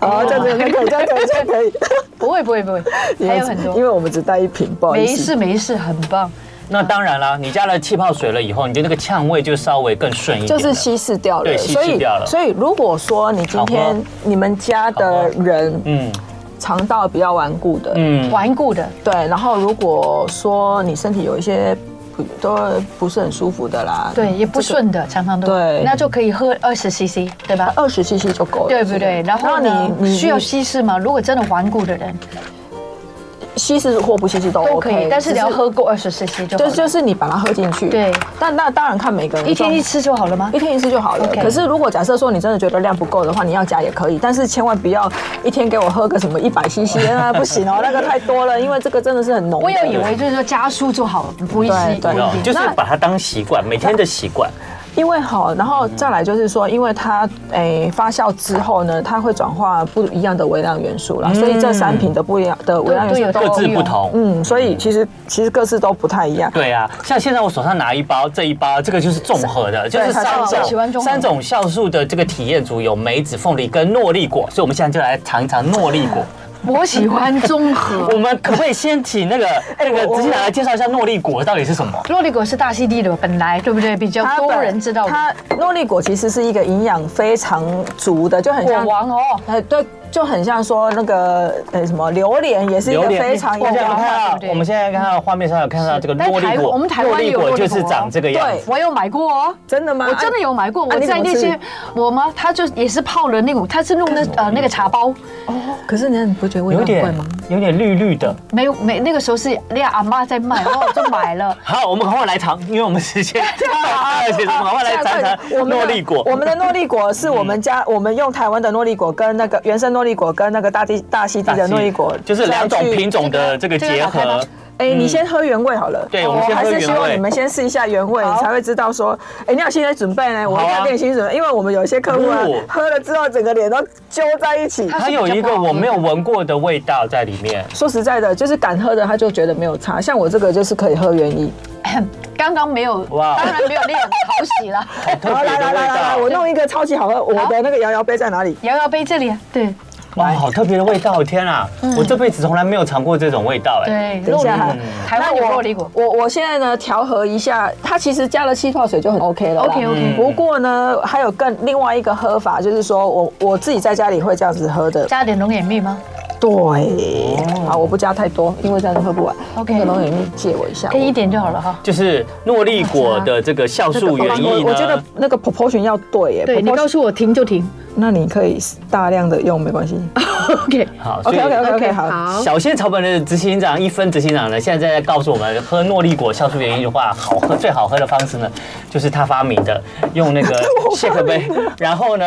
S4: 哦，这样子那个，这样可以，这样可以。
S2: 不会不会不会， 还有很
S4: 因
S2: 多。
S4: 为我们只带一瓶，不好意
S2: 没
S4: 思。
S2: 事没事，很棒。
S3: 那当然啦，你加了气泡水了以后，你的那个呛味就稍微更顺一点
S4: 就
S3: 了，
S4: 是稀释掉了，
S3: 对稀释掉了
S4: 所以，所以如果说你今
S3: 好喝
S4: 天你们家的人
S3: 嗯
S4: 肠道比较顽固的，
S3: 嗯，
S2: 顽固的，
S4: 对，然后如果说你身体有一些不都不是很舒服的啦，
S2: 对，也不顺的，常常都。
S4: 对
S2: 那就可以喝二十 CC，对吧？
S4: 二十 CC 就够了，
S2: 对不对？然后
S4: 那
S2: 你需要稀释吗？如果真的顽固的人
S4: 稀释或不稀释都
S2: 都可
S4: OK，
S2: 以，但是你要
S4: 只
S2: 喝够二十 CC 就好
S4: 就
S2: 了。
S4: 就是你把它喝进去，
S2: 对
S4: 但那当然看每个人的
S2: 一天
S4: 状
S2: 一次就好了吗
S4: 一？天一次就好了。
S2: OK
S4: 可是如果假设说你真的觉得量不够的话，你要加也可以，但是千万不要一天给我喝个什么一百 CC，那不行哦，那个太多了，因为这个真的是很浓的。
S2: 我有以为就是说加速就好了，不一
S4: 对
S2: 定
S4: 对
S2: 不一定
S3: 嗯就是把它当习惯，每天的习惯，
S4: 因为好，然后再来就是说，因为它诶、发酵之后呢，它会转化不一样的微量元素啦，所以这三品的不一样的微量元素
S2: 都
S4: 都
S2: 嗯有
S3: 各自不同。
S4: 嗯，所以其实其实各自都不太一样。
S3: 对啊，像现在我手上拿一包，这一包这个就是综合的，就是
S4: 它
S3: 三
S4: 是
S2: 我喜欢综
S3: 种
S2: 合
S3: 三种酵素的这个体验组，有梅子、凤梨跟诺丽果，所以我们现在就来尝一尝诺丽果。
S2: 我喜欢综合
S3: 我。们可不可以先请那个那
S4: 我
S3: 个
S4: 我
S3: 执行长来介绍一下诺丽果到底是什么？
S2: 洛丽果是大溪地的，本来对不对？比较
S4: 它
S2: 多
S4: 本
S2: 人知道的
S4: 它诺丽果其实是一个营养非常足的，就很
S2: 果
S4: 像
S2: 王哦，
S4: 哎，对，就很像说那个呃什么榴莲，也是一个非常
S3: 我
S4: 有
S3: 们现在
S2: 哇
S3: 看
S2: 对
S3: 到
S2: 不，对
S3: 我们现在看到画面上有看到这个
S2: 但
S3: 诺
S2: 台
S3: 丽果，
S2: 我们台湾
S3: 诺丽
S2: 有
S3: 果
S2: 诺丽
S3: 就是
S2: 果
S3: 长这个样子。
S2: 我有买过哦。
S4: 真的吗？
S2: 我真的有买过，
S4: 啊
S2: 我
S4: 你怎
S2: 在
S4: 么
S2: 那
S4: 吃
S2: 些我妈，她就也是泡了那种，她是弄的
S4: 嗯
S2: 呃那个茶包，
S4: 哦。可是你不觉得味道
S3: 有
S4: 很怪
S3: 点
S4: 吗？
S3: 有点绿绿的。
S2: 没有没那个时候是那阿妈在卖，然后我就买 了。
S3: 好，我们赶快来尝，因为我们时间太而且我们赶快来尝尝
S4: 的
S3: 诺丽果。嗯
S4: 我们的诺丽果是我们家，我们用台湾的诺丽果跟那个原生诺丽果跟那个大地大溪地的诺丽果，
S3: 就是两种
S4: 再去
S3: 品。种的这个
S2: 这个
S3: 结
S2: 打开吗
S3: 合。
S4: 哎，你先喝原味好了。哦
S3: 对我们先喝
S4: 还是希
S3: 原
S4: 望
S3: 味
S4: 你们先试一下原味，你才会知道说，哎，你要心理准备呢。我
S3: 好啊
S4: 要给你心理准备，因为我们有一些客户啊
S3: 哦，
S4: 喝了之后整个脸都揪在一起。
S3: 它有一个我没有闻过的味道在里面，
S4: 说实在的，就是敢喝的他就觉得没有差，像我这个就是可以喝原液。
S2: 刚刚没有，
S3: 哇
S2: 当然没有那种讨喜 了。
S3: 好特
S4: 哎好，
S3: 别
S4: 来
S3: 的
S4: 来
S3: 味
S4: 来来来，我
S3: 道，
S4: 弄一个超级好喝。我的那个摇摇杯在哪里？
S2: 摇摇杯这里，啊对
S3: 哇，好特别的味道！天啊，
S4: 嗯
S3: 我这辈子从来没有尝过这种味道哎。
S2: 对，
S4: 等一
S2: 肉
S4: 下哈
S2: 梨，台湾有肉梨果，
S4: 我我现在呢调和一下，它其实加了气泡水就很 OK 了啦。嗯
S2: OK，OK
S4: 不过呢，还有更另外一个喝法，就是说我我自己在家里会这样子喝的。
S2: 加点龙眼蜜吗？
S4: 对，啊，我不加太多，因为这样子喝不完。
S2: OK
S4: 那个龙眼蜜借我一下。
S2: 可以一点就好了哈。
S3: 就是诺丽果的这个酵素原
S4: 我
S3: 液
S4: 我觉得
S3: 呢，
S4: 那个 proportion 要对耶。
S2: 对你
S4: proportion-
S2: 告诉我停就停
S4: 那你可以大量的用，没关系。
S2: ，OK
S3: 好，所以
S4: OK OK OK OK 好。
S2: 啊好。
S3: 小仙草本的执行长一分执行长呢，现在在告诉我们，喝诺丽果酵素原因的话，好喝最好喝的方式呢，就是他发明的，用那个谢克杯，然后呢，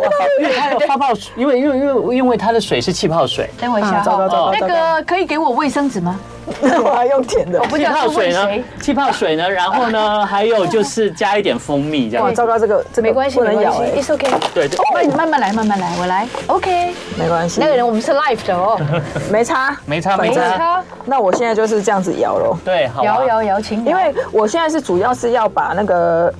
S3: 哇好因为它的泡泡水，因为因为因为因为它的水是气泡水，
S2: 等我一下
S4: 啊糟
S2: 哈，
S4: 糕糟糕
S2: 那
S4: 糟糕
S2: 个可以给我卫生纸吗？
S4: 我还用舔的
S2: 我。不
S3: 气
S2: 知道
S3: 泡
S2: 是问
S3: 水呢
S2: 谁。，
S3: 气泡水呢，然后呢，还有就是加一点蜂蜜这
S4: 哇，
S3: 样子，
S4: 糟糕，这个这个
S2: 没关系，
S4: 不
S2: 没
S4: 能
S2: 关
S4: 咬
S2: 系
S4: 哎，
S2: ，It's OK。
S3: 对对
S2: 慢慢慢来，慢慢来，我来。OK，
S4: 没关系，
S2: 那个人我们是 live 的哦，
S4: 没差，
S3: 没差
S4: 反
S3: 没
S4: 正
S2: 差。
S4: 那我现在就是这样子咬咯，
S3: 对，好啊
S2: 摇，摇摇，请摇
S4: 因为我现在是主要是要把那个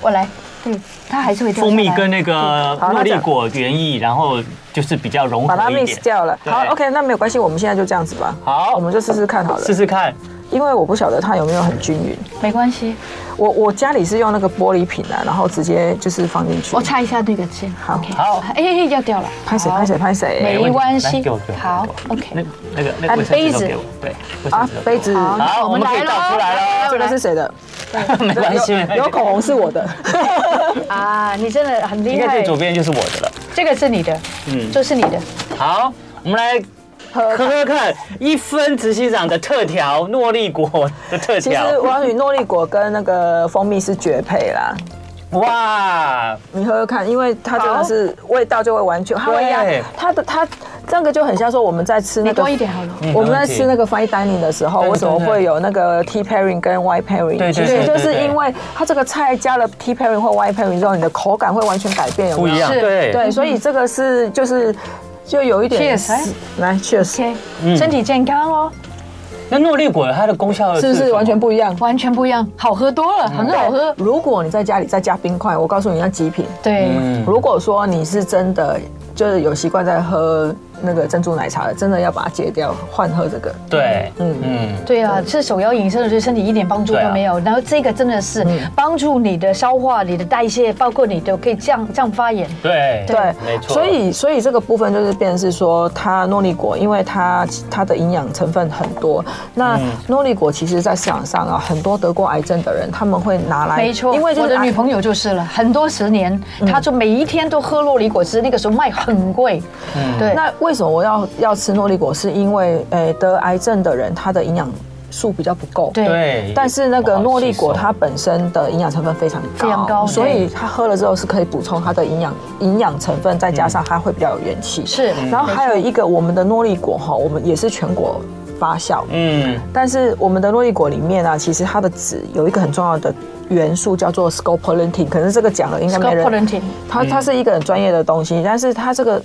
S2: 我来，嗯，它还是会掉下
S3: 蜂
S2: 来
S3: 蜜跟那个
S4: 好
S3: 诺丽果原液，然后就是比较融合
S4: 把它
S3: 一
S4: mix
S3: 点，
S4: 掉了。
S3: 对
S4: 好，OK，那没有关系，我们现在就这样子吧。
S3: 好
S4: 我们就试试看好了
S3: 试，试看，
S4: 因为我不晓得它有没有很均匀。
S2: 没关系，
S4: 我我家里是用那个玻璃瓶啊，然后直接就是放进去
S2: 我。擦一下那个先。
S4: 好
S2: OK
S3: 好
S2: 哎，哎要掉了，
S4: 拍谁
S2: 好
S4: 拍谁，拍谁？
S2: 没关系
S3: 来给我给我，
S2: 好
S3: 给我
S2: ，OK
S3: 那那个那个
S4: 啊
S3: 卫生
S2: 杯
S3: 纸
S2: 子
S3: 都给我，对，卫生
S4: 啊
S3: 纸都给我，
S4: 杯子，
S2: 好
S3: 好，我们可
S2: 我
S3: 以
S2: 们来咯
S3: 倒出
S2: 来
S3: 来喽
S2: 来。
S4: 这个是谁的？
S3: 没关系，没关系
S4: 有口红是我 的，
S2: 啊，你真的很
S3: 应
S2: 厉
S3: 该
S2: 害
S3: 最。左边就是我的了。
S2: 这个是你的，
S3: 嗯
S2: 嗯，这是你的。
S3: 好，我们来
S4: 喝
S3: 喝喝看一分执行长的特调诺丽果的特
S4: 其实
S3: 调，
S4: 我要与诺丽果跟那个蜂蜜是绝配啦，
S3: 哇，
S4: 你喝喝看，因为它真的是味道就会完全，它会压
S3: 对
S4: 它的它这个就很像说我们在吃那
S2: 你
S4: 个
S2: 多一点好了。
S3: 嗯
S4: 我们在吃那个 fine dining 的时候，
S3: 对
S4: 为什么
S3: 对对
S4: 会有那个 tea pairing 跟 wine pairing？
S3: 对对
S4: 其
S3: 对
S4: 实
S3: 对
S4: 就是
S3: 对
S4: 因为它这个菜加了 tea pairing 或 wine pairing 之后，你的口感会完全改变，有
S3: 不
S4: 没有
S3: 一样，
S2: 是
S3: 对
S4: 对，所以这个是就是就有一点
S2: Cheers，哎
S4: 来 cheers，
S2: OK，身体健康哦，
S3: 那诺丽果它的功效
S4: 是
S3: 什
S4: 不是
S3: 么
S4: 完全不一
S3: 嗯
S4: 样？
S2: 完全不一样，好喝多
S4: 嗯
S2: 了，很好喝。
S4: 如果你在家里再加冰块，我告诉你要极品。
S2: 对，
S3: 嗯
S4: 如果说你是真的就是有习惯在喝那个珍珠奶茶的，真的要把它戒掉，换喝这个。
S3: 对，嗯
S4: 嗯
S3: 嗯，
S2: 对啊，吃手摇饮真的对身体一点帮助
S3: 对
S2: 都
S3: 啊
S2: 没有。然后这个真的是
S4: 嗯
S2: 帮助你的消化、你的代谢，包括你的可以降降发炎。
S3: 对
S4: 对，
S3: 没错，
S4: 所以，所以这个部分就是变成是说，它诺丽果，因为它它的营养成分很多。那
S3: 嗯
S4: 诺丽果其实在市场上啊，很多得过癌症的人他们会拿来，
S2: 没错，
S4: 哎因为就
S2: 我
S4: 是嗯
S2: 的女
S4: 癌
S2: 朋友就是了，很多十年，她就每一天都喝洛梨果汁，那个时候卖很贵。对，
S4: 嗯那为什么我要要吃诺丽果？是因为，诶，得癌症的人他的营养素比较不够。
S2: 对
S3: 对，
S4: 但是那个诺丽果
S3: 不好吸收
S4: 它本身的营养成分非常高，
S2: 非常高
S4: 所以它喝了之后是可以补充它的营养营养成分，再
S3: 嗯
S4: 加上它会比较有元气。
S2: 是
S4: 然后还有一个我们的诺丽果哈，我们也是全国发酵，
S3: 嗯，
S4: 但是我们的诺丽果里面啊，其实它的籽有一个很重要的元素叫做 scopolentin，可是这个讲了应该没人，
S2: Scopolentin
S4: 它
S3: 嗯
S4: 它是一个很专业的东西，但是它这个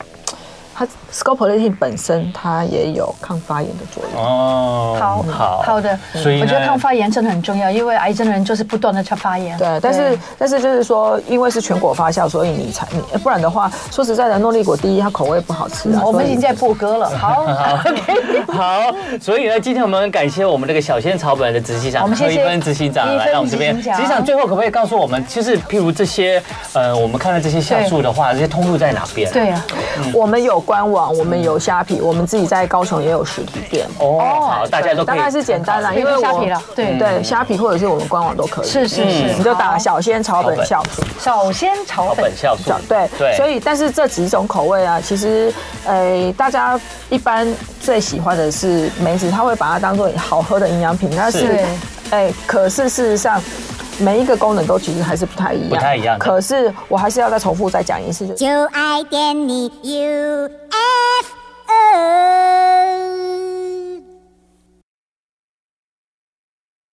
S4: 它 scopolentin 本身它也有抗发炎的作用。
S3: 哦，
S2: 好
S4: 嗯
S3: 好
S2: 好的，
S3: 所以呢
S2: 我觉得抗发炎真的很重要，因为癌症的人就是不断的在发炎。
S4: 对，但是但是就是说，因为是全国发酵，所以你才你不然的话，说实在的，诺丽果第一它口味不好吃啊。
S2: 我们
S4: 所以
S2: 已经在播歌了， 好，OK。
S3: 好，所以呢，今天我们很感谢我们这个小仙草本的执行长，
S2: 我们谢谢
S3: 何一芬执行长
S2: 一
S3: 来
S2: 芬
S3: 到我们这边。
S2: 执
S3: 执
S2: 行长
S3: 行长最后可不可以告诉我们，就是譬如这些，呃，我们看到这些酵素的话，这些通路在哪 边？，
S2: 对啊，
S4: 我们有官网，我们有虾皮，我们自己在高雄也有实体店。
S3: 哦，好，大家都可
S4: 大
S3: 以。
S4: 概是简单啦，
S2: 可以
S4: 因为
S2: 用
S4: 我
S2: 虾皮了对
S4: 对，虾皮或者是我们官网都可以。嗯
S2: 是是是，
S4: 你就打
S2: 好
S4: 小仙草本酵素，
S2: 首先炒
S3: 草
S2: 粉
S3: 本，酵素
S4: 小，对
S3: 对，
S4: 所以但是这几种口味啊，其实，呃，大家一般最喜欢的是梅子，它会把它当做好喝的营养品，但
S3: 是
S4: 是
S2: 对，
S4: 哎，可是事实上。每一个功能都其实还是不太一样，
S3: 不太一样的
S4: 可是我还是要再重复再讲一次，就是
S5: 就爱点你 UFO。